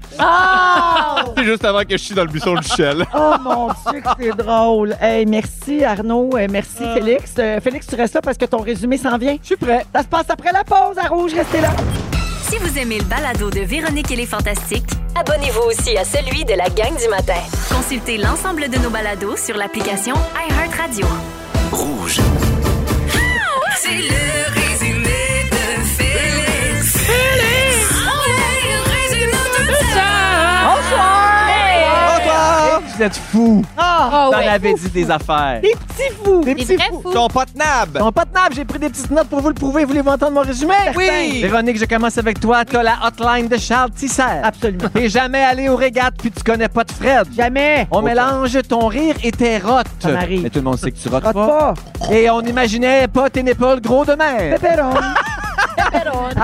D: C'est juste avant que je suis dans le buisson du Michel.
C: Oh mon Dieu, que c'est drôle. Hey, merci Arnaud, Euh, merci Félix. Euh, Félix, tu restes là parce que ton résumé s'en vient. Je suis
K: Ah. prêt.
C: Ça se passe après la pause à Rouge, restez là.
L: Si vous aimez le balado de Véronique et les Fantastiques,
J: Abonnez-vous aussi à celui de la gang du matin.
L: Consultez l'ensemble de nos balados sur l'application iHeartRadio.
H: Rouge.
E: C'est le résumé de Félix. Félix!
L: Ah
E: résume tout ça! Bonsoir!
K: Bonsoir! Vous êtes fous!
I: Ah,
K: T'en
I: ouais.
K: avais dit des affaires.
I: Des petits fous!
K: Des petits fous. Ils sont pas tenables. Ils sont pas tenables. J'ai pris des petites notes pour vous le prouver. Voulez-vous entendre mon résumé?
I: Oui.
K: Véronique, je commence avec toi. T'as la hotline de Charles Tisser.
C: Absolument.
K: T'es jamais allé aux régates puis tu connais pas de Fred.
C: Jamais.
K: On mélange ton rire et tes rottes.
C: Ça m'arrive.
K: Mais tout le monde sait que tu rotes pas. Et on imaginait pas tes épaules gros de mer.
C: Pépéron.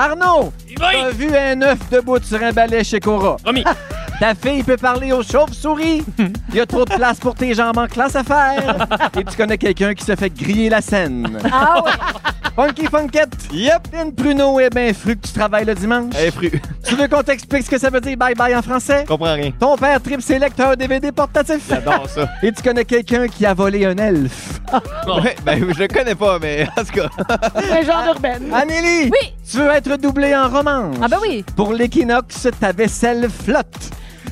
G: Ah,
K: Arnaud, t'as vu un œuf debout sur un balai chez Cora. Ta fille peut parler aux chauves-souris. Il y a trop de place pour tes jambes en classe à faire. Et tu connais quelqu'un qui se fait griller la scène.
I: Ah ouais.
K: Funky Funkette. Yep. Une pruneau et ben fru que tu travailles le dimanche. [LAUGHS] Tu veux qu'on t'explique ce que ça veut dire bye-bye en français?
S: comprends rien.
K: Ton père tripe ses lecteurs DVD portatifs.
S: J'adore ça.
K: Et tu connais quelqu'un qui a volé un elfe.
S: Ouais, ben, je le connais pas, mais en tout cas.
I: Légende urbaine.
K: Anélie!
I: Oui!
K: Tu veux être doublé en romance.
I: Ah ben oui!
K: Pour l'équinoxe, ta vaisselle flotte.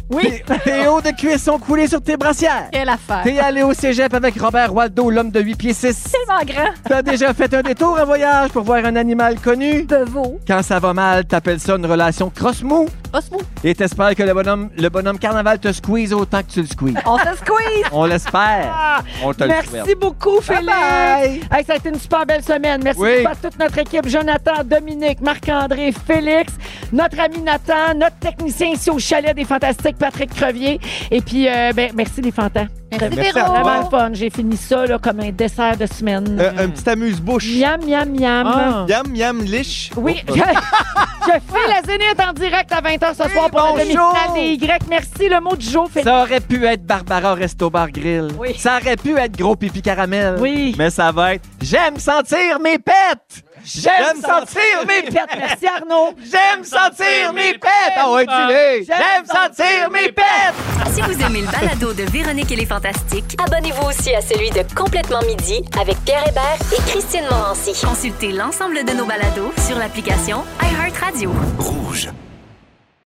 I: Oui.
K: Tes- Tes hauts de cuisson coulés sur tes brassières.
G: Quelle affaire.
K: T'es allé au cégep avec Robert Waldo, l'homme de 8 pieds 6.
G: tellement grand.
K: T'as déjà fait un détour en voyage pour voir un animal connu.
G: Beveau.
K: Quand ça va mal, t'appelles ça une relation cross-mou.
G: Osmo.
K: Et t'espères que le bonhomme, le bonhomme carnaval te squeeze autant que tu le squeezes.
S: Oh.
I: On se squeeze!
K: On l'espère. On te le souhaite.
C: Ah. Merci beaucoup, Félix. Hey, ça a été une super belle semaine. Merci
K: Oui.
C: beaucoup à toute notre équipe. Jonathan, Dominique, Marc-André, Félix, notre ami Nathan, notre technicien ici au chalet des Fantastiques, Patrick Crevier. Et puis, euh, ben, merci les Fantas.
G: Merci,
C: C'était
G: Véro.
C: vraiment le fun. J'ai fini ça là, comme un dessert de semaine.
S: Euh, un petit amuse-bouche.
C: Miam, miam, miam.
D: Ah.
S: Yam, yam, liche.
C: Oui,
D: Oh.
C: je, je fais la zénith en direct à 20h ce soir pour
K: bon
C: la demi-finale
K: show.
C: des Y. Merci, le mot du jour, Félix.
K: Ça aurait pu être Barbara Resto Bar Grill. Ça aurait pu être Gros Pipi Caramel.
C: Oui.
K: Mais ça va être J'aime sentir mes pets. J'aime sentir mes pets.
C: Merci, Arnaud.
K: J'aime sentir mes pets. Ah ouais, dis-le. J'aime sentir mes pets.
L: Si vous aimez le balado de Véronique et les Fantastiques,
J: Abonnez-vous aussi à celui de Complètement Midi avec Pierre Hébert et Christine Morancy.
L: consultez l'ensemble de nos balados sur l'application iHeartRadio.
H: Rouge.